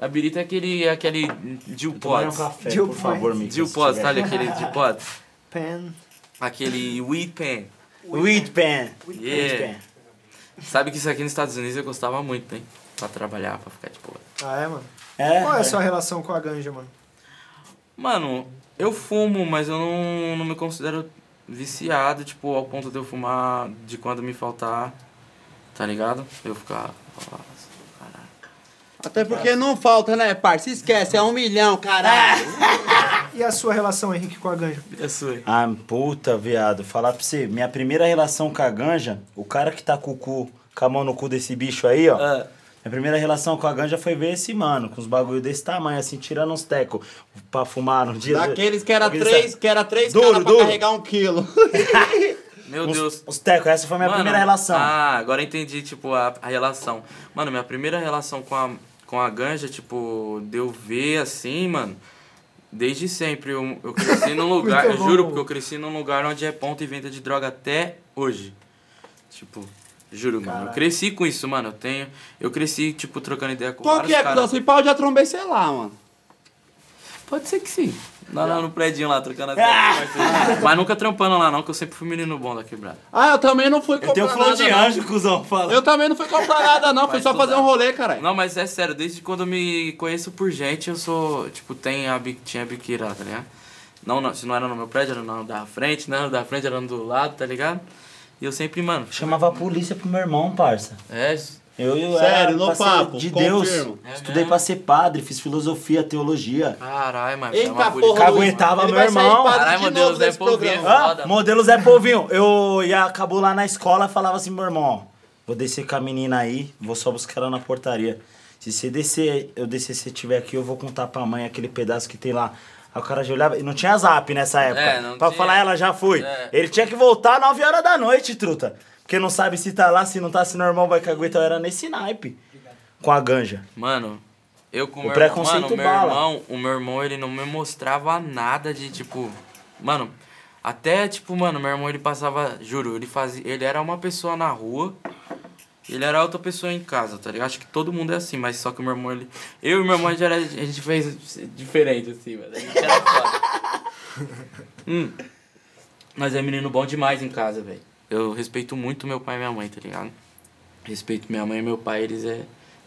Speaker 2: A birita é aquele, é aquele Jill
Speaker 5: Eu tomaria um
Speaker 2: Potts.
Speaker 5: café,
Speaker 4: Jill
Speaker 5: por favor,
Speaker 4: Potts.
Speaker 5: Mica.
Speaker 2: Jill
Speaker 5: se
Speaker 2: Potts,
Speaker 5: tiver.
Speaker 2: sabe aquele Jill Potts?
Speaker 4: Pen.
Speaker 2: Aquele Weed Pen.
Speaker 5: Weed pen.
Speaker 2: Yeah. Sabe que isso aqui nos Estados Unidos eu gostava muito, hein? Pra trabalhar, pra ficar de boa.
Speaker 4: Ah, é, mano?
Speaker 5: É?
Speaker 4: Qual é a sua relação com a ganja, mano?
Speaker 2: Mano, eu fumo, mas eu não, não me considero viciado, tipo, ao ponto de eu fumar de quando me faltar, tá ligado? Eu ficar. Nossa, caralho.
Speaker 6: Até porque não falta, né, parceiro? Se esquece, é um milhão, caralho.
Speaker 4: E a sua relação, Henrique, com a ganja?
Speaker 2: É sua.
Speaker 5: Ah, puta, viado. Falar pra você, minha primeira relação com a ganja, o cara que tá com o cu, com a mão no cu desse bicho aí, ó.
Speaker 2: Ah.
Speaker 5: Minha primeira relação com a ganja foi ver esse mano, com os bagulho desse tamanho, assim, tirando uns tecos pra fumar no dia.
Speaker 6: Daqueles que era
Speaker 5: Aqueles
Speaker 6: três, que era três
Speaker 5: É. Duro,
Speaker 6: caras pra
Speaker 5: duro.
Speaker 6: carregar um quilo.
Speaker 2: Meu
Speaker 5: Uns,
Speaker 2: Deus.
Speaker 5: uns tecos, essa foi minha
Speaker 2: Mano,
Speaker 5: primeira relação.
Speaker 2: Ah, agora entendi, tipo, a, a relação. Mano, minha primeira relação com a, com a ganja, tipo, deu ver assim, mano. Desde sempre. Eu, eu cresci num lugar, eu
Speaker 4: bom.
Speaker 2: juro, porque eu cresci num lugar onde é ponta e venda de droga até hoje. Tipo, juro, mano. Eu cresci com isso, mano. Eu tenho. Eu cresci, tipo, trocando ideia com
Speaker 6: Qual
Speaker 2: vários
Speaker 6: que é,
Speaker 2: caras.
Speaker 6: Cusão? Se pau, eu já trombei, sei lá, mano.
Speaker 2: Pode ser que sim. Lá, lá no prédio lá, trocando ideia. com parceiro. Mas nunca trampando lá, não, que eu sempre fui menino bom da quebrada.
Speaker 6: Ah, eu também não fui
Speaker 5: eu
Speaker 6: comprar
Speaker 5: tenho flow
Speaker 6: nada,
Speaker 5: um de
Speaker 6: não.
Speaker 5: anjo, cuzão, fala.
Speaker 6: Eu também não fui comprar nada, não. Fui
Speaker 2: Vai
Speaker 6: só
Speaker 2: estudar.
Speaker 6: fazer um rolê, caralho.
Speaker 2: Não, mas é sério, desde quando eu me conheço por gente, eu sou. Tipo, tem a, bi- tinha a biqueira, tá ligado? Não, não, se não era no meu prédio, era no da frente, não era no da frente, era no do lado, tá ligado? E eu sempre, mano.
Speaker 5: Chamava a polícia pro meu irmão, parça.
Speaker 2: É, isso-
Speaker 5: Eu, eu
Speaker 6: Sério,
Speaker 5: era
Speaker 6: no
Speaker 5: parceiro
Speaker 6: papo,
Speaker 5: de
Speaker 6: confirmo.
Speaker 5: Deus.
Speaker 2: É
Speaker 5: Estudei
Speaker 2: mesmo?
Speaker 5: pra ser padre, fiz filosofia, teologia.
Speaker 2: caralho, mano. é
Speaker 6: Eita
Speaker 2: chama a
Speaker 6: porra,
Speaker 2: polícia.
Speaker 6: Luiz,
Speaker 5: Caguetava
Speaker 6: ele
Speaker 5: meu
Speaker 6: vai sair
Speaker 5: irmão.
Speaker 6: padre
Speaker 2: Caralho,
Speaker 6: de
Speaker 2: meu
Speaker 6: novo
Speaker 2: Deus, é
Speaker 6: nesse programa.
Speaker 2: polvilho.
Speaker 5: Ah,
Speaker 2: Foda.
Speaker 5: modelo Zé Polvinho. Eu ia acabou lá na escola, falava assim, meu irmão, ó, vou descer com a menina aí, vou só buscar ela na portaria. Se você descer, eu descer, se você tiver aqui, eu vou contar pra mãe aquele pedaço que tem lá. Aí o cara já olhava, e não tinha zap nessa época.
Speaker 2: É, não
Speaker 5: pra
Speaker 2: tinha.
Speaker 5: falar, ela já foi.
Speaker 2: É.
Speaker 5: Ele tinha que voltar às 9 horas da noite, truta. Porque não sabe se tá lá, se não tá, se meu irmão vai caguetar. Eu era nesse naipe. Com a ganja.
Speaker 2: Mano, eu com
Speaker 5: O
Speaker 2: meu irmão-
Speaker 5: preconceito
Speaker 2: mano, meu
Speaker 5: bala.
Speaker 2: irmão, o meu irmão, ele não me mostrava nada de tipo, mano, até tipo, mano, meu irmão ele passava, juro, ele fazia, ele era uma pessoa na rua, ele era outra pessoa em casa, tá ligado? Acho que todo mundo é assim, mas só que o meu irmão, ele, eu e meu irmão a gente, era, a gente fez diferente assim, mano. A gente era foda. hum. Mas é menino bom demais em casa, velho. Eu respeito muito meu pai e minha mãe, tá ligado? Respeito minha mãe e meu pai, eles é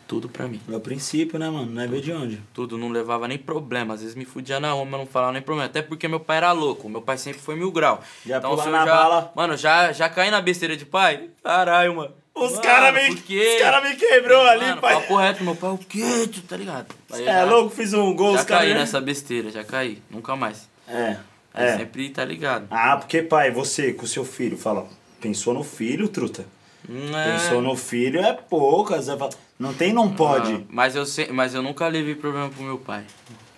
Speaker 2: tudo pra mim.
Speaker 5: É o princípio, né, mano? Não é ver de onde.
Speaker 2: Tudo, não levava nem problema. Às vezes me fudia na rua, mas não falava nem problema. Até porque meu pai era louco. Meu pai sempre foi mil grau.
Speaker 5: Já
Speaker 2: então,
Speaker 5: pular
Speaker 2: se eu
Speaker 5: na
Speaker 2: já,
Speaker 5: bala.
Speaker 2: Mano, já, já caí na besteira de pai? Caralho, mano.
Speaker 5: Os
Speaker 2: Mano,
Speaker 5: caras me,
Speaker 2: por quê?
Speaker 5: os cara me quebrou ali,
Speaker 2: Mano,
Speaker 5: pai.
Speaker 2: Papo reto, meu pai, o quê? Tu tá ligado? Aí eu
Speaker 5: É
Speaker 2: já-
Speaker 5: louco, fiz um gol,
Speaker 2: Já
Speaker 5: os caras.
Speaker 2: caí nessa besteira, já caí. Nunca mais.
Speaker 5: É.
Speaker 2: Aí
Speaker 5: É.
Speaker 2: Sempre tá ligado.
Speaker 5: Ah, porque, pai, você com seu filho, fala, pensou no filho, truta?
Speaker 2: Não é-
Speaker 5: Pensou no filho é poucas. é fa- Não tem, não pode.
Speaker 2: Ah, mas, eu sei, mas eu nunca levei problema pro meu pai.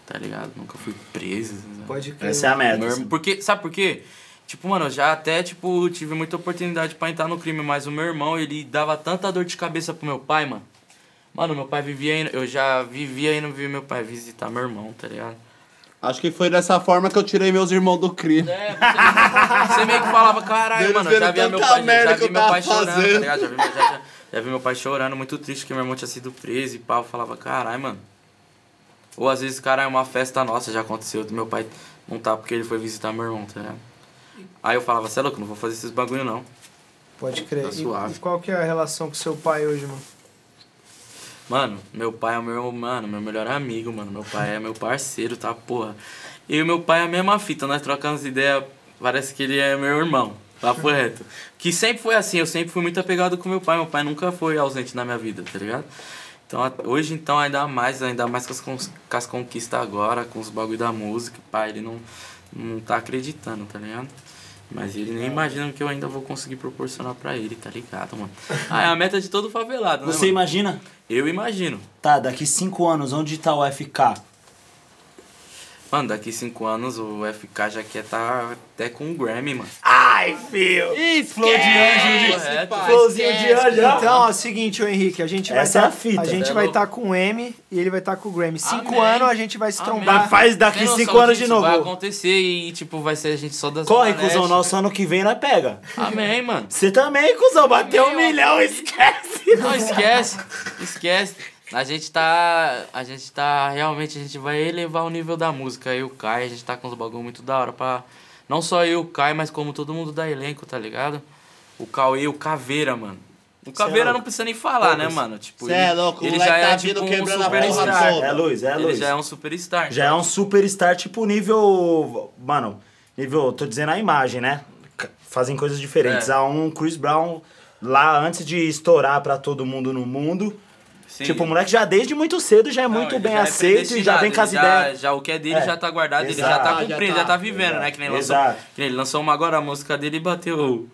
Speaker 2: Tá ligado? Nunca fui preso. né?
Speaker 4: Pode crer.
Speaker 5: Essa é a meta.
Speaker 2: Meu irmão-
Speaker 5: assim.
Speaker 2: porque, sabe por quê? Tipo, mano, eu já até, tipo, tive muita oportunidade pra entrar no crime, mas o meu irmão, ele dava tanta dor de cabeça pro meu pai, mano. Mano, meu pai vivia indo, eu já vivia indo ver meu pai visitar meu irmão, tá ligado?
Speaker 6: Acho que foi dessa forma que eu tirei meus irmãos do crime.
Speaker 2: É, você, você meio que falava, caralho,
Speaker 6: Eles
Speaker 2: mano, eu já via
Speaker 6: viram
Speaker 2: meu
Speaker 6: tanta
Speaker 2: pai, já,
Speaker 6: merda
Speaker 2: já
Speaker 6: que eu
Speaker 2: vi meu pai
Speaker 6: tava
Speaker 2: chorando, tá
Speaker 6: fazendo.
Speaker 2: ligado? Já vi, meu- já- já- já vi meu pai chorando, muito triste que meu irmão tinha sido preso e pau, falava, caralho, mano. Ou às vezes, cara, é uma festa nossa, já aconteceu, do meu pai não tá porque ele foi visitar meu irmão, tá ligado? Aí eu falava, cê é louco, não vou fazer esses bagulho não.
Speaker 4: Pode crer.
Speaker 2: Tá
Speaker 4: E-
Speaker 2: suave.
Speaker 4: E, qual que é a relação com seu pai hoje, mano?
Speaker 2: Mano, meu pai é o meu, mano, meu melhor amigo, mano. Meu pai é meu parceiro, tá, porra. E o meu pai é a mesma fita, nós trocamos ideia, parece que ele é meu irmão, papo reto. Que sempre foi assim, eu sempre fui muito apegado com meu pai, meu pai nunca foi ausente na minha vida, tá ligado? Então, a- hoje então ainda mais, ainda mais com as, cons- com as conquistas agora, com os bagulho da música, pai, ele não, não tá acreditando, tá ligado? Mas ele nem imagina o que eu ainda vou conseguir proporcionar pra ele, tá ligado, mano? Ah, é a meta de todo favelado, né,
Speaker 5: Você
Speaker 2: mano?
Speaker 5: imagina?
Speaker 2: Eu imagino.
Speaker 5: Tá, daqui cinco anos, onde tá o FK?
Speaker 2: Mano, daqui cinco anos o FK já quer tá até com o Grammy, mano.
Speaker 7: Ah,
Speaker 5: Ai, filho! Flow de
Speaker 2: É,
Speaker 5: anjo, de...
Speaker 2: Correto.
Speaker 5: Flowzinho de anjo. ó.
Speaker 4: Então, ó, é o seguinte, ô Henrique, a gente vai
Speaker 5: Ah, Essa é
Speaker 4: tá,
Speaker 5: a fita.
Speaker 4: gente
Speaker 2: É
Speaker 4: vai
Speaker 2: louco.
Speaker 4: estar com o M e ele vai estar com o Grammy. Cinco
Speaker 2: Amém.
Speaker 4: anos a gente vai se
Speaker 2: Amém.
Speaker 4: trombar.
Speaker 5: Mas faz daqui
Speaker 2: Tem noção
Speaker 5: cinco anos de
Speaker 2: disso? Vai
Speaker 5: novo.
Speaker 2: acontecer e, tipo, vai ser a gente só das
Speaker 5: Corre,
Speaker 2: Zona
Speaker 5: cuzão,
Speaker 2: Leste.
Speaker 5: nosso ano que vem nós pega.
Speaker 2: Amém, mano.
Speaker 5: Você também, cuzão, bateu um milhão, esquece.
Speaker 2: Não esquece, esquece. A gente tá. A gente tá. Realmente, a gente vai elevar o nível da música. Eu e o Kai, a gente tá com uns bagulho muito da hora pra. Não só eu e o Kai, mas como todo mundo da elenco, tá ligado? O Cauê e o Caveira, mano. O Caveira não precisa nem falar, né, mano? Tipo,
Speaker 7: é Cê
Speaker 2: ele,
Speaker 7: é louco, o
Speaker 2: ele
Speaker 7: moleque
Speaker 2: já é
Speaker 7: tá
Speaker 2: tipo
Speaker 7: vindo
Speaker 2: um
Speaker 7: quebrando a porra
Speaker 2: superstar.
Speaker 7: toda.
Speaker 5: É luz, é
Speaker 2: Ele
Speaker 5: luz.
Speaker 2: já é um superstar.
Speaker 5: Já é um superstar, tipo nível. Mano, nível. Tô dizendo a imagem, né? C- Fazem coisas diferentes.
Speaker 2: É.
Speaker 5: Há um Chris Brown lá antes de estourar pra todo mundo no mundo.
Speaker 2: Sim.
Speaker 5: Tipo, o moleque já desde muito cedo já é
Speaker 2: Não,
Speaker 5: muito
Speaker 2: ele
Speaker 5: bem
Speaker 2: já é
Speaker 5: aceito e já
Speaker 2: predestinado,
Speaker 5: vem com as
Speaker 2: ele já-
Speaker 5: ideias.
Speaker 2: Já o que é dele
Speaker 5: É.
Speaker 2: já tá guardado, ele já
Speaker 5: Exato.
Speaker 2: tá
Speaker 7: Já
Speaker 2: cumprindo, já
Speaker 7: tá.
Speaker 2: tá, vivendo, né? Que nem, lançou,
Speaker 5: Exato.
Speaker 2: que nem ele lançou uma agora, a música dele e bateu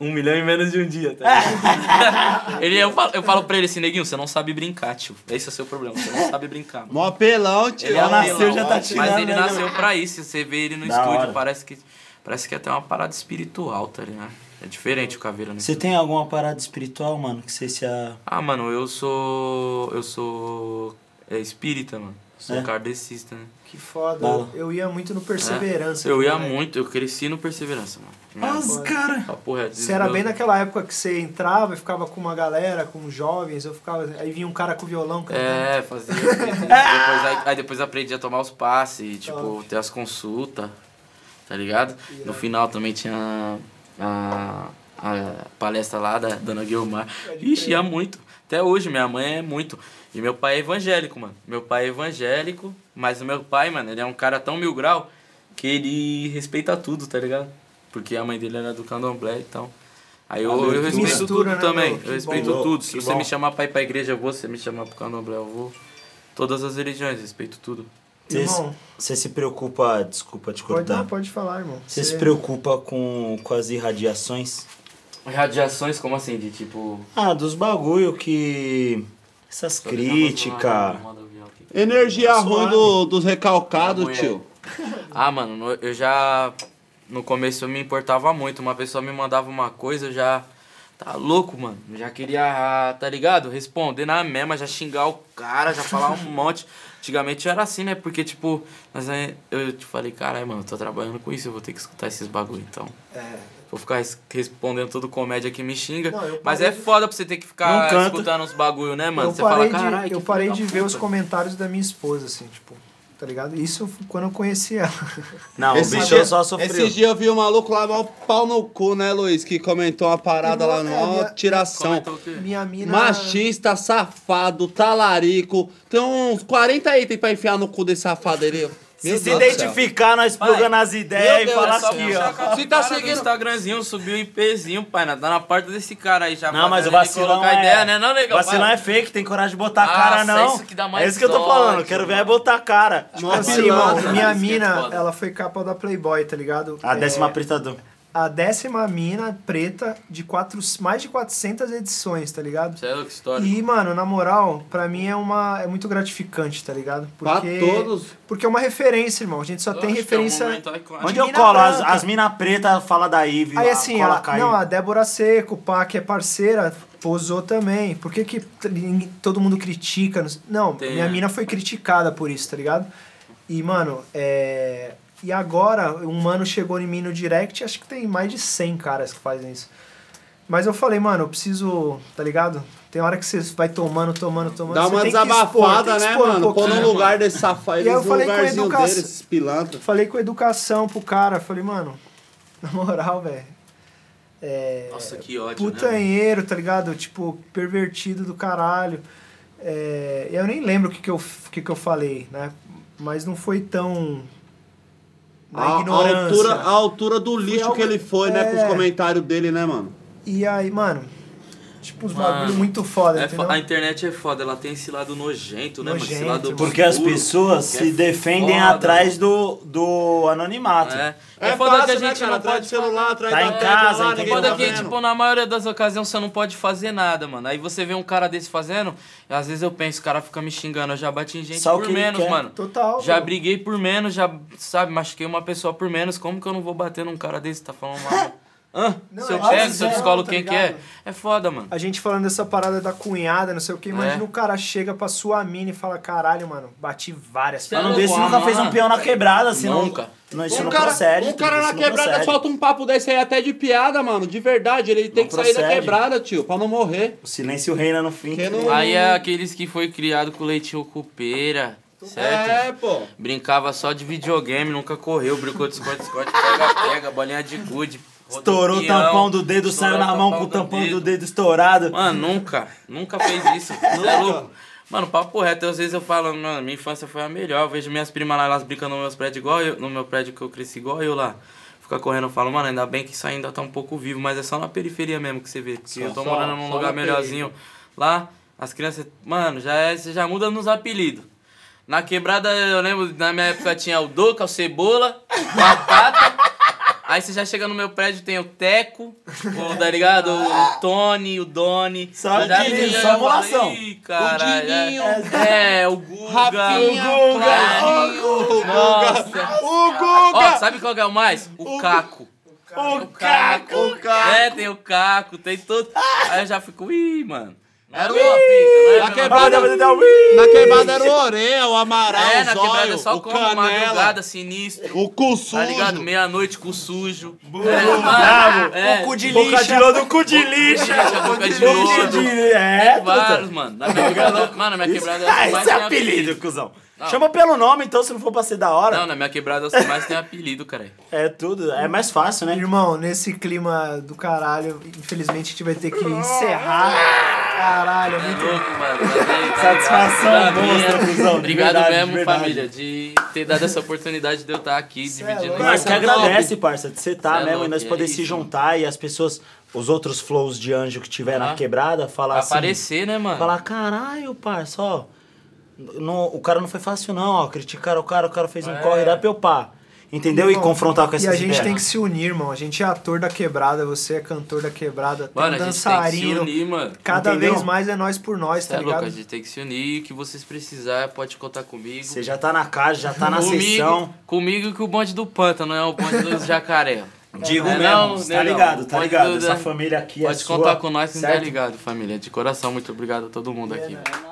Speaker 2: um milhão em menos de um dia, tá ligado? ele, eu, falo, eu falo pra ele assim, neguinho, você não sabe brincar, tio. Esse é o seu problema, você não sabe brincar. mano."
Speaker 7: Mó pelão, tio.
Speaker 2: Ele é um
Speaker 5: nasceu,
Speaker 2: vilão,
Speaker 5: já tá
Speaker 2: mas
Speaker 5: tirando,
Speaker 2: ele
Speaker 5: né,
Speaker 2: nasceu pra isso. Você vê ele no
Speaker 5: Da
Speaker 2: estúdio,
Speaker 5: hora.
Speaker 2: parece que parece que é até uma parada espiritual, tá ligado? É diferente o Caveira, né?
Speaker 5: Você tem alguma parada espiritual, mano, que você se. a-
Speaker 2: Ah, mano, eu sou. Eu sou. É espírita, mano. Sou
Speaker 5: É.
Speaker 2: kardecista, né?
Speaker 4: Que foda.
Speaker 5: Bala.
Speaker 4: Eu ia muito no Perseverança.
Speaker 2: É,
Speaker 4: Né?
Speaker 2: Eu ia
Speaker 4: moleque.
Speaker 2: muito, eu cresci no Perseverança, mano. Minha
Speaker 5: As, cara.
Speaker 2: a porra, é
Speaker 4: Você era
Speaker 2: Deus-
Speaker 4: bem naquela época que você entrava e ficava com uma galera, com jovens, eu ficava. Aí vinha um cara com violão cantando.
Speaker 2: É, fazia. depois, aí, aí depois aprendi a tomar os passes, tipo, ter as consultas, tá ligado? No final também tinha a, a palestra lá da Dona Guilmar. Ixi, ia muito. Até hoje, minha mãe é muito. E meu pai é evangélico, mano. Meu pai é evangélico, mas o meu pai, mano, ele é um cara tão mil grau que ele respeita tudo, tá ligado? Porque a mãe dele era do candomblé e tal. Aí eu, eu respeito
Speaker 4: mistura,
Speaker 2: tudo
Speaker 4: né,
Speaker 2: também.
Speaker 4: meu? Que
Speaker 2: Eu respeito
Speaker 5: bom.
Speaker 2: tudo. Se
Speaker 5: Que
Speaker 2: você
Speaker 5: bom.
Speaker 2: me chamar pra ir pra igreja, eu vou. Se você me chamar pro candomblé, eu vou. Todas as religiões, respeito tudo.
Speaker 5: Você
Speaker 4: Irmão.
Speaker 5: você se preocupa. Desculpa te
Speaker 4: Pode,
Speaker 5: cortar.
Speaker 4: não, pode falar, irmão.
Speaker 5: Você
Speaker 4: Cê-
Speaker 5: se preocupa com, com as irradiações?
Speaker 2: Radiações, como assim? De tipo.
Speaker 5: Ah, dos bagulho que. Essas
Speaker 2: né?
Speaker 5: críticas. tá
Speaker 7: Energia ruim do- dos recalcados,
Speaker 2: Mulher.
Speaker 7: tio.
Speaker 2: Ah, mano, no- eu já. No começo eu me importava muito. Uma pessoa me mandava uma coisa, eu já. Tá louco, mano. Eu Já queria, tá ligado? Responder na mesma, já xingar o cara, já falar um monte. Antigamente eu era assim, né? Porque, tipo, mas aí eu te falei, caralho, mano, eu tô trabalhando com isso, eu vou ter que escutar esses bagulho, então.
Speaker 4: É.
Speaker 2: Vou ficar res- respondendo todo comédia que me xinga.
Speaker 4: Não, eu
Speaker 2: mas
Speaker 4: parei
Speaker 2: é
Speaker 4: de-
Speaker 2: foda pra você ter que
Speaker 5: Não
Speaker 2: ficar
Speaker 5: canta.
Speaker 2: escutando uns bagulho, né, mano?
Speaker 4: eu
Speaker 2: você fala,
Speaker 4: parei,
Speaker 2: caralho.
Speaker 4: de,
Speaker 2: que
Speaker 4: eu
Speaker 2: filho
Speaker 4: parei
Speaker 2: da
Speaker 4: de ver
Speaker 2: puta."
Speaker 4: os comentários da minha esposa, assim, tipo, tá ligado? Isso quando eu conheci ela.
Speaker 5: Não,
Speaker 7: Esse
Speaker 5: o bicho
Speaker 7: dia-
Speaker 5: só sofreu.
Speaker 7: Esse dia eu vi um maluco lá, mal pau no cu, né, Luiz? Que comentou uma parada lá,
Speaker 4: Irmão, é,
Speaker 7: uma
Speaker 4: minha-
Speaker 7: tiração.
Speaker 2: Comentou o quê?
Speaker 4: Minha mina.
Speaker 7: Machista, safado, talarico. Tem uns 40 itens pra enfiar no cu desse safado ali.
Speaker 5: Se se identificar, nós plugando as ideias e
Speaker 7: Deus,
Speaker 5: falar
Speaker 7: é só
Speaker 5: aqui,
Speaker 7: puxar
Speaker 5: ó.
Speaker 7: a
Speaker 2: Se tá seguindo o Instagramzinho, subiu o IPzinho, pai. Né? Tá na porta desse cara aí já.
Speaker 5: Não, mas o
Speaker 2: fazendo ele
Speaker 5: vacilão
Speaker 2: colocar
Speaker 5: é...
Speaker 2: ideia, né? Não, legal.
Speaker 5: vacilão
Speaker 2: vai.
Speaker 5: é fake, tem coragem de botar a
Speaker 2: Nossa,
Speaker 5: cara, não.
Speaker 2: isso que dá mais
Speaker 5: é isso que eu tô falando,
Speaker 2: ódio,
Speaker 5: quero ver é
Speaker 2: mano.
Speaker 5: botar a cara. Tipo
Speaker 4: Assim,
Speaker 2: Nossa,
Speaker 4: irmão,
Speaker 2: mano,
Speaker 4: minha
Speaker 2: isso que é
Speaker 4: mina,
Speaker 2: foda.
Speaker 4: ela foi capa da Playboy, tá ligado?
Speaker 5: A
Speaker 4: É,
Speaker 5: décima preta do...
Speaker 4: a décima mina preta de quatro, mais de 400 edições, tá ligado?
Speaker 2: Isso é louco, história.
Speaker 4: E, mano, na moral, pra mim é uma é muito gratificante, tá ligado?
Speaker 7: Pra todos.
Speaker 4: Porque é uma referência, irmão. A gente só tem referência. tá
Speaker 5: Onde
Speaker 4: de
Speaker 5: eu
Speaker 4: mina
Speaker 5: colo? As,
Speaker 4: branca.
Speaker 5: as mina preta fala da Ivy,
Speaker 4: Aí
Speaker 5: a-
Speaker 4: assim,
Speaker 5: cola
Speaker 4: ela,
Speaker 5: cai.
Speaker 4: não, a Débora Seco, pá, que é parceira, posou também. Por que, que t- ninguém- todo mundo critica? Não sei- Não,
Speaker 2: Tem,
Speaker 7: é.
Speaker 4: minha
Speaker 2: né?
Speaker 4: mina foi criticada por isso, tá ligado? E, mano, é. E agora, um mano chegou em mim no direct, acho que tem mais de 100 caras que fazem isso. Mas eu falei, mano, eu preciso, tá ligado? Tem hora que você vai tomando, tomando, tomando.
Speaker 7: Dá
Speaker 4: você
Speaker 7: uma
Speaker 4: tem que expor,
Speaker 7: desabafada,
Speaker 4: tem que
Speaker 7: né,
Speaker 4: expor um
Speaker 7: mano? Pô
Speaker 4: pouquinho.
Speaker 7: no lugar desse safado.
Speaker 4: E aí eu
Speaker 7: eles no
Speaker 4: falei com
Speaker 7: lugarzinho
Speaker 4: educação.
Speaker 7: deles, esses pilantra.
Speaker 4: Falei com educação pro cara, falei, mano, na moral, velho. É,
Speaker 2: Nossa, que ódio. né?
Speaker 4: putanheiro, tá ligado? Tipo, pervertido do caralho. É, eu nem lembro o que, que, eu, o que, que eu falei, né? Mas não foi tão. Na
Speaker 7: A, a
Speaker 4: ignorância.
Speaker 7: altura, a altura do lixo
Speaker 4: algo-
Speaker 7: que ele foi, né? Com os
Speaker 4: É.
Speaker 7: comentários dele, né, mano?
Speaker 4: E aí, mano, tipo, uns
Speaker 5: um
Speaker 2: Mano,
Speaker 4: bagulho muito foda,
Speaker 2: É fo-
Speaker 4: entendeu?
Speaker 2: a internet é foda, ela tem esse lado nojento, né, mano? Esse
Speaker 4: Nojento,
Speaker 2: lado
Speaker 5: Porque as
Speaker 2: obscuro,
Speaker 5: pessoas
Speaker 2: que
Speaker 5: se
Speaker 2: é
Speaker 5: defendem
Speaker 2: foda, né?
Speaker 5: atrás do, do anonimato.
Speaker 2: É,
Speaker 7: É,
Speaker 2: é foda
Speaker 7: fácil,
Speaker 2: que a
Speaker 7: né,
Speaker 2: gente
Speaker 7: cara?
Speaker 2: não
Speaker 7: Atrás
Speaker 2: pode
Speaker 7: de celular, atrás
Speaker 5: Tá
Speaker 7: da
Speaker 5: em
Speaker 7: tela
Speaker 5: casa,
Speaker 7: lá,
Speaker 5: então
Speaker 7: ninguém
Speaker 5: pode
Speaker 2: Foda
Speaker 7: tá
Speaker 5: aqui,
Speaker 2: que,
Speaker 7: vendo.
Speaker 2: tipo, na maioria das ocasiões você não pode fazer nada, mano. Aí você vê um cara desse fazendo, e às vezes eu penso, o cara fica me xingando, eu já bati em gente
Speaker 5: Só o
Speaker 2: por
Speaker 5: que ele
Speaker 2: menos,
Speaker 5: quer.
Speaker 2: mano.
Speaker 4: Total.
Speaker 2: Já
Speaker 4: mano.
Speaker 2: briguei por menos, já, sabe, machuquei uma pessoa por menos. Como que eu não vou bater num cara desse que tá falando mal? Hã?
Speaker 4: Não,
Speaker 2: se eu
Speaker 4: é
Speaker 2: pego,
Speaker 4: óbvio,
Speaker 2: se eu
Speaker 4: é,
Speaker 2: descolo
Speaker 4: tá
Speaker 2: quem que é.
Speaker 4: ligado?
Speaker 2: É foda, mano.
Speaker 4: A gente falando dessa parada da cunhada, não sei o que, imagina
Speaker 2: É.
Speaker 4: o cara chega pra sua mina e fala, caralho, mano, bati várias.
Speaker 2: Cê é
Speaker 5: Mano
Speaker 2: louco,
Speaker 5: desse
Speaker 2: a
Speaker 5: nunca
Speaker 2: mano-
Speaker 5: fez um peão na quebrada, assim. não-
Speaker 2: Nunca.
Speaker 5: Não, isso
Speaker 7: Um
Speaker 5: não
Speaker 7: cara,
Speaker 5: procede.
Speaker 7: um
Speaker 5: tudo,
Speaker 7: cara
Speaker 5: isso
Speaker 7: na
Speaker 5: não
Speaker 7: quebrada
Speaker 5: procede.
Speaker 7: solta um papo desse aí até de piada, mano. De verdade, ele tem
Speaker 5: Não
Speaker 7: que sair da
Speaker 5: procede.
Speaker 7: quebrada, tio, pra não morrer.
Speaker 5: O silêncio reina no fim.
Speaker 7: Porque não-
Speaker 2: Aí é aqueles que foi criado com leitinho com pera, certo?
Speaker 7: É, pô.
Speaker 2: Brincava só de videogame, nunca correu, brincou de esporte, esporte, pega, pega, bolinha de gude.
Speaker 5: Estourou o
Speaker 2: rodopião,
Speaker 5: tampão do dedo,
Speaker 2: estourou
Speaker 5: saiu na
Speaker 2: o
Speaker 5: mão com o tampão do dedo estourado.
Speaker 2: Mano, nunca, nunca fez isso. Você é louco? Mano, papo reto, às vezes eu falo, mano, minha infância foi a melhor. Eu vejo minhas primas lá, elas brincam no, meus prédios igual eu, no meu prédio que eu cresci igual eu lá. Fica correndo, eu falo, mano, ainda bem que isso ainda tá um pouco vivo, mas é só na periferia mesmo que você vê. Porque eu tô morando num lugar melhorzinho. Lá, as crianças, mano, já, é, você já muda nos apelidos. Na quebrada, eu lembro, na minha época tinha o Doca, o Cebola, o Batata. Aí você já chega no meu prédio, tem o Teco, o, tá ligado? O Tony, o Doni.
Speaker 5: Só
Speaker 2: Eu já
Speaker 5: apelido,
Speaker 2: vi,
Speaker 5: só
Speaker 2: eu falei,
Speaker 5: bolação.
Speaker 2: "Ih, caralho, é."
Speaker 7: Diguinho.
Speaker 2: É, o Guga.
Speaker 7: Rafinha,
Speaker 2: o Guga.
Speaker 7: Clarinho.
Speaker 2: o Guga. Nossa. O Guga. Ó, sabe qual que é o mais? O Caco. O Caco. O Caco. É, tem o Caco, tem todo. Aí eu já fico, ih, mano. Não é boa fita,
Speaker 7: Na
Speaker 2: não é boa
Speaker 5: Ah,
Speaker 7: quebrada,
Speaker 5: dá pra
Speaker 2: fita.
Speaker 5: tentar um ui.
Speaker 7: na quebrada era o Orelha, o Amaral,
Speaker 6: um
Speaker 2: É,
Speaker 7: o
Speaker 2: na
Speaker 7: Zóio,
Speaker 2: quebrada só
Speaker 7: o
Speaker 2: como
Speaker 7: Canela,
Speaker 2: madrugada, sinistro.
Speaker 7: o cu sujo.
Speaker 2: Tá ligado? Meia-noite com sujo. É, mano, é,
Speaker 4: de
Speaker 5: Boca de lodo, cu de
Speaker 2: Gente,
Speaker 5: lixa.
Speaker 2: a boca de
Speaker 5: Lixa de...
Speaker 2: lodo.
Speaker 5: É, puta.
Speaker 2: Vários, mano. Na minha quebrada, mano, na minha quebrada
Speaker 5: Ah,
Speaker 2: mais
Speaker 5: esse
Speaker 2: tem
Speaker 5: é apelido, cuzão.
Speaker 2: Não.
Speaker 5: Chama pelo nome, então, se não for pra ser da hora.
Speaker 2: Não, na minha quebrada eu mais tem apelido, cara.
Speaker 5: É tudo, é mais fácil, né?
Speaker 4: Irmão, nesse clima do caralho, infelizmente a gente vai ter que
Speaker 5: Ah,
Speaker 4: encerrar. Caralho, é
Speaker 2: É
Speaker 4: muito
Speaker 2: louco, mano. mas aí, tá
Speaker 5: Satisfação
Speaker 2: ligado? Pra
Speaker 5: monstra,
Speaker 2: mim, é-
Speaker 5: cuzão, de
Speaker 2: Obrigado
Speaker 5: verdade, de
Speaker 2: mesmo,
Speaker 5: verdade. é
Speaker 2: família, de ter dado essa oportunidade de eu estar aqui dividindo.
Speaker 4: louco.
Speaker 5: Nós
Speaker 2: isso.
Speaker 5: que agradece, parça, de você
Speaker 2: Cê
Speaker 5: tá
Speaker 2: é
Speaker 5: mesmo,
Speaker 2: louco,
Speaker 5: e nós
Speaker 2: é
Speaker 5: poder
Speaker 2: isso,
Speaker 5: se
Speaker 2: mano.
Speaker 5: juntar e as pessoas, os outros flows de anjo que tiver na
Speaker 2: Ah.
Speaker 5: quebrada, falar assim.
Speaker 2: Aparecer, né, mano?
Speaker 5: Falar, caralho, parça, ó. não- o cara não foi fácil, não, ó. Criticaram o cara, o cara fez um
Speaker 2: É.
Speaker 5: corre, dá pra eu pá. Entendeu? E
Speaker 4: Bom,
Speaker 5: confrontar com
Speaker 4: E
Speaker 5: essas
Speaker 4: a gente
Speaker 5: ideias.
Speaker 4: tem que se unir, irmão. A gente é ator da quebrada, você é cantor da quebrada, tem um
Speaker 2: Mano, a gente tem que se
Speaker 4: dançarino.
Speaker 2: unir, mano.
Speaker 4: Cada
Speaker 5: Entendeu?
Speaker 4: vez mais é nós por nós,
Speaker 2: Cê é
Speaker 4: tá
Speaker 2: louco,
Speaker 4: ligado?
Speaker 2: a gente tem que se unir. O que vocês precisar, pode contar comigo.
Speaker 5: Você já tá na casa, já tá na
Speaker 2: comigo,
Speaker 5: sessão.
Speaker 2: Comigo que o bonde do pântano é o bonde dos jacaré.
Speaker 5: Digo
Speaker 2: É,
Speaker 5: mesmo,
Speaker 2: não,
Speaker 5: cê
Speaker 2: né,
Speaker 5: tá
Speaker 2: não.
Speaker 5: ligado, tá
Speaker 2: Pode
Speaker 5: ligado?
Speaker 2: tudo,
Speaker 5: Essa
Speaker 2: né?
Speaker 5: família aqui é
Speaker 2: Pode
Speaker 5: sua.
Speaker 2: contar com nós, que não tá
Speaker 5: certo?
Speaker 2: ligado, família. De coração, muito obrigado a todo mundo aqui.
Speaker 4: é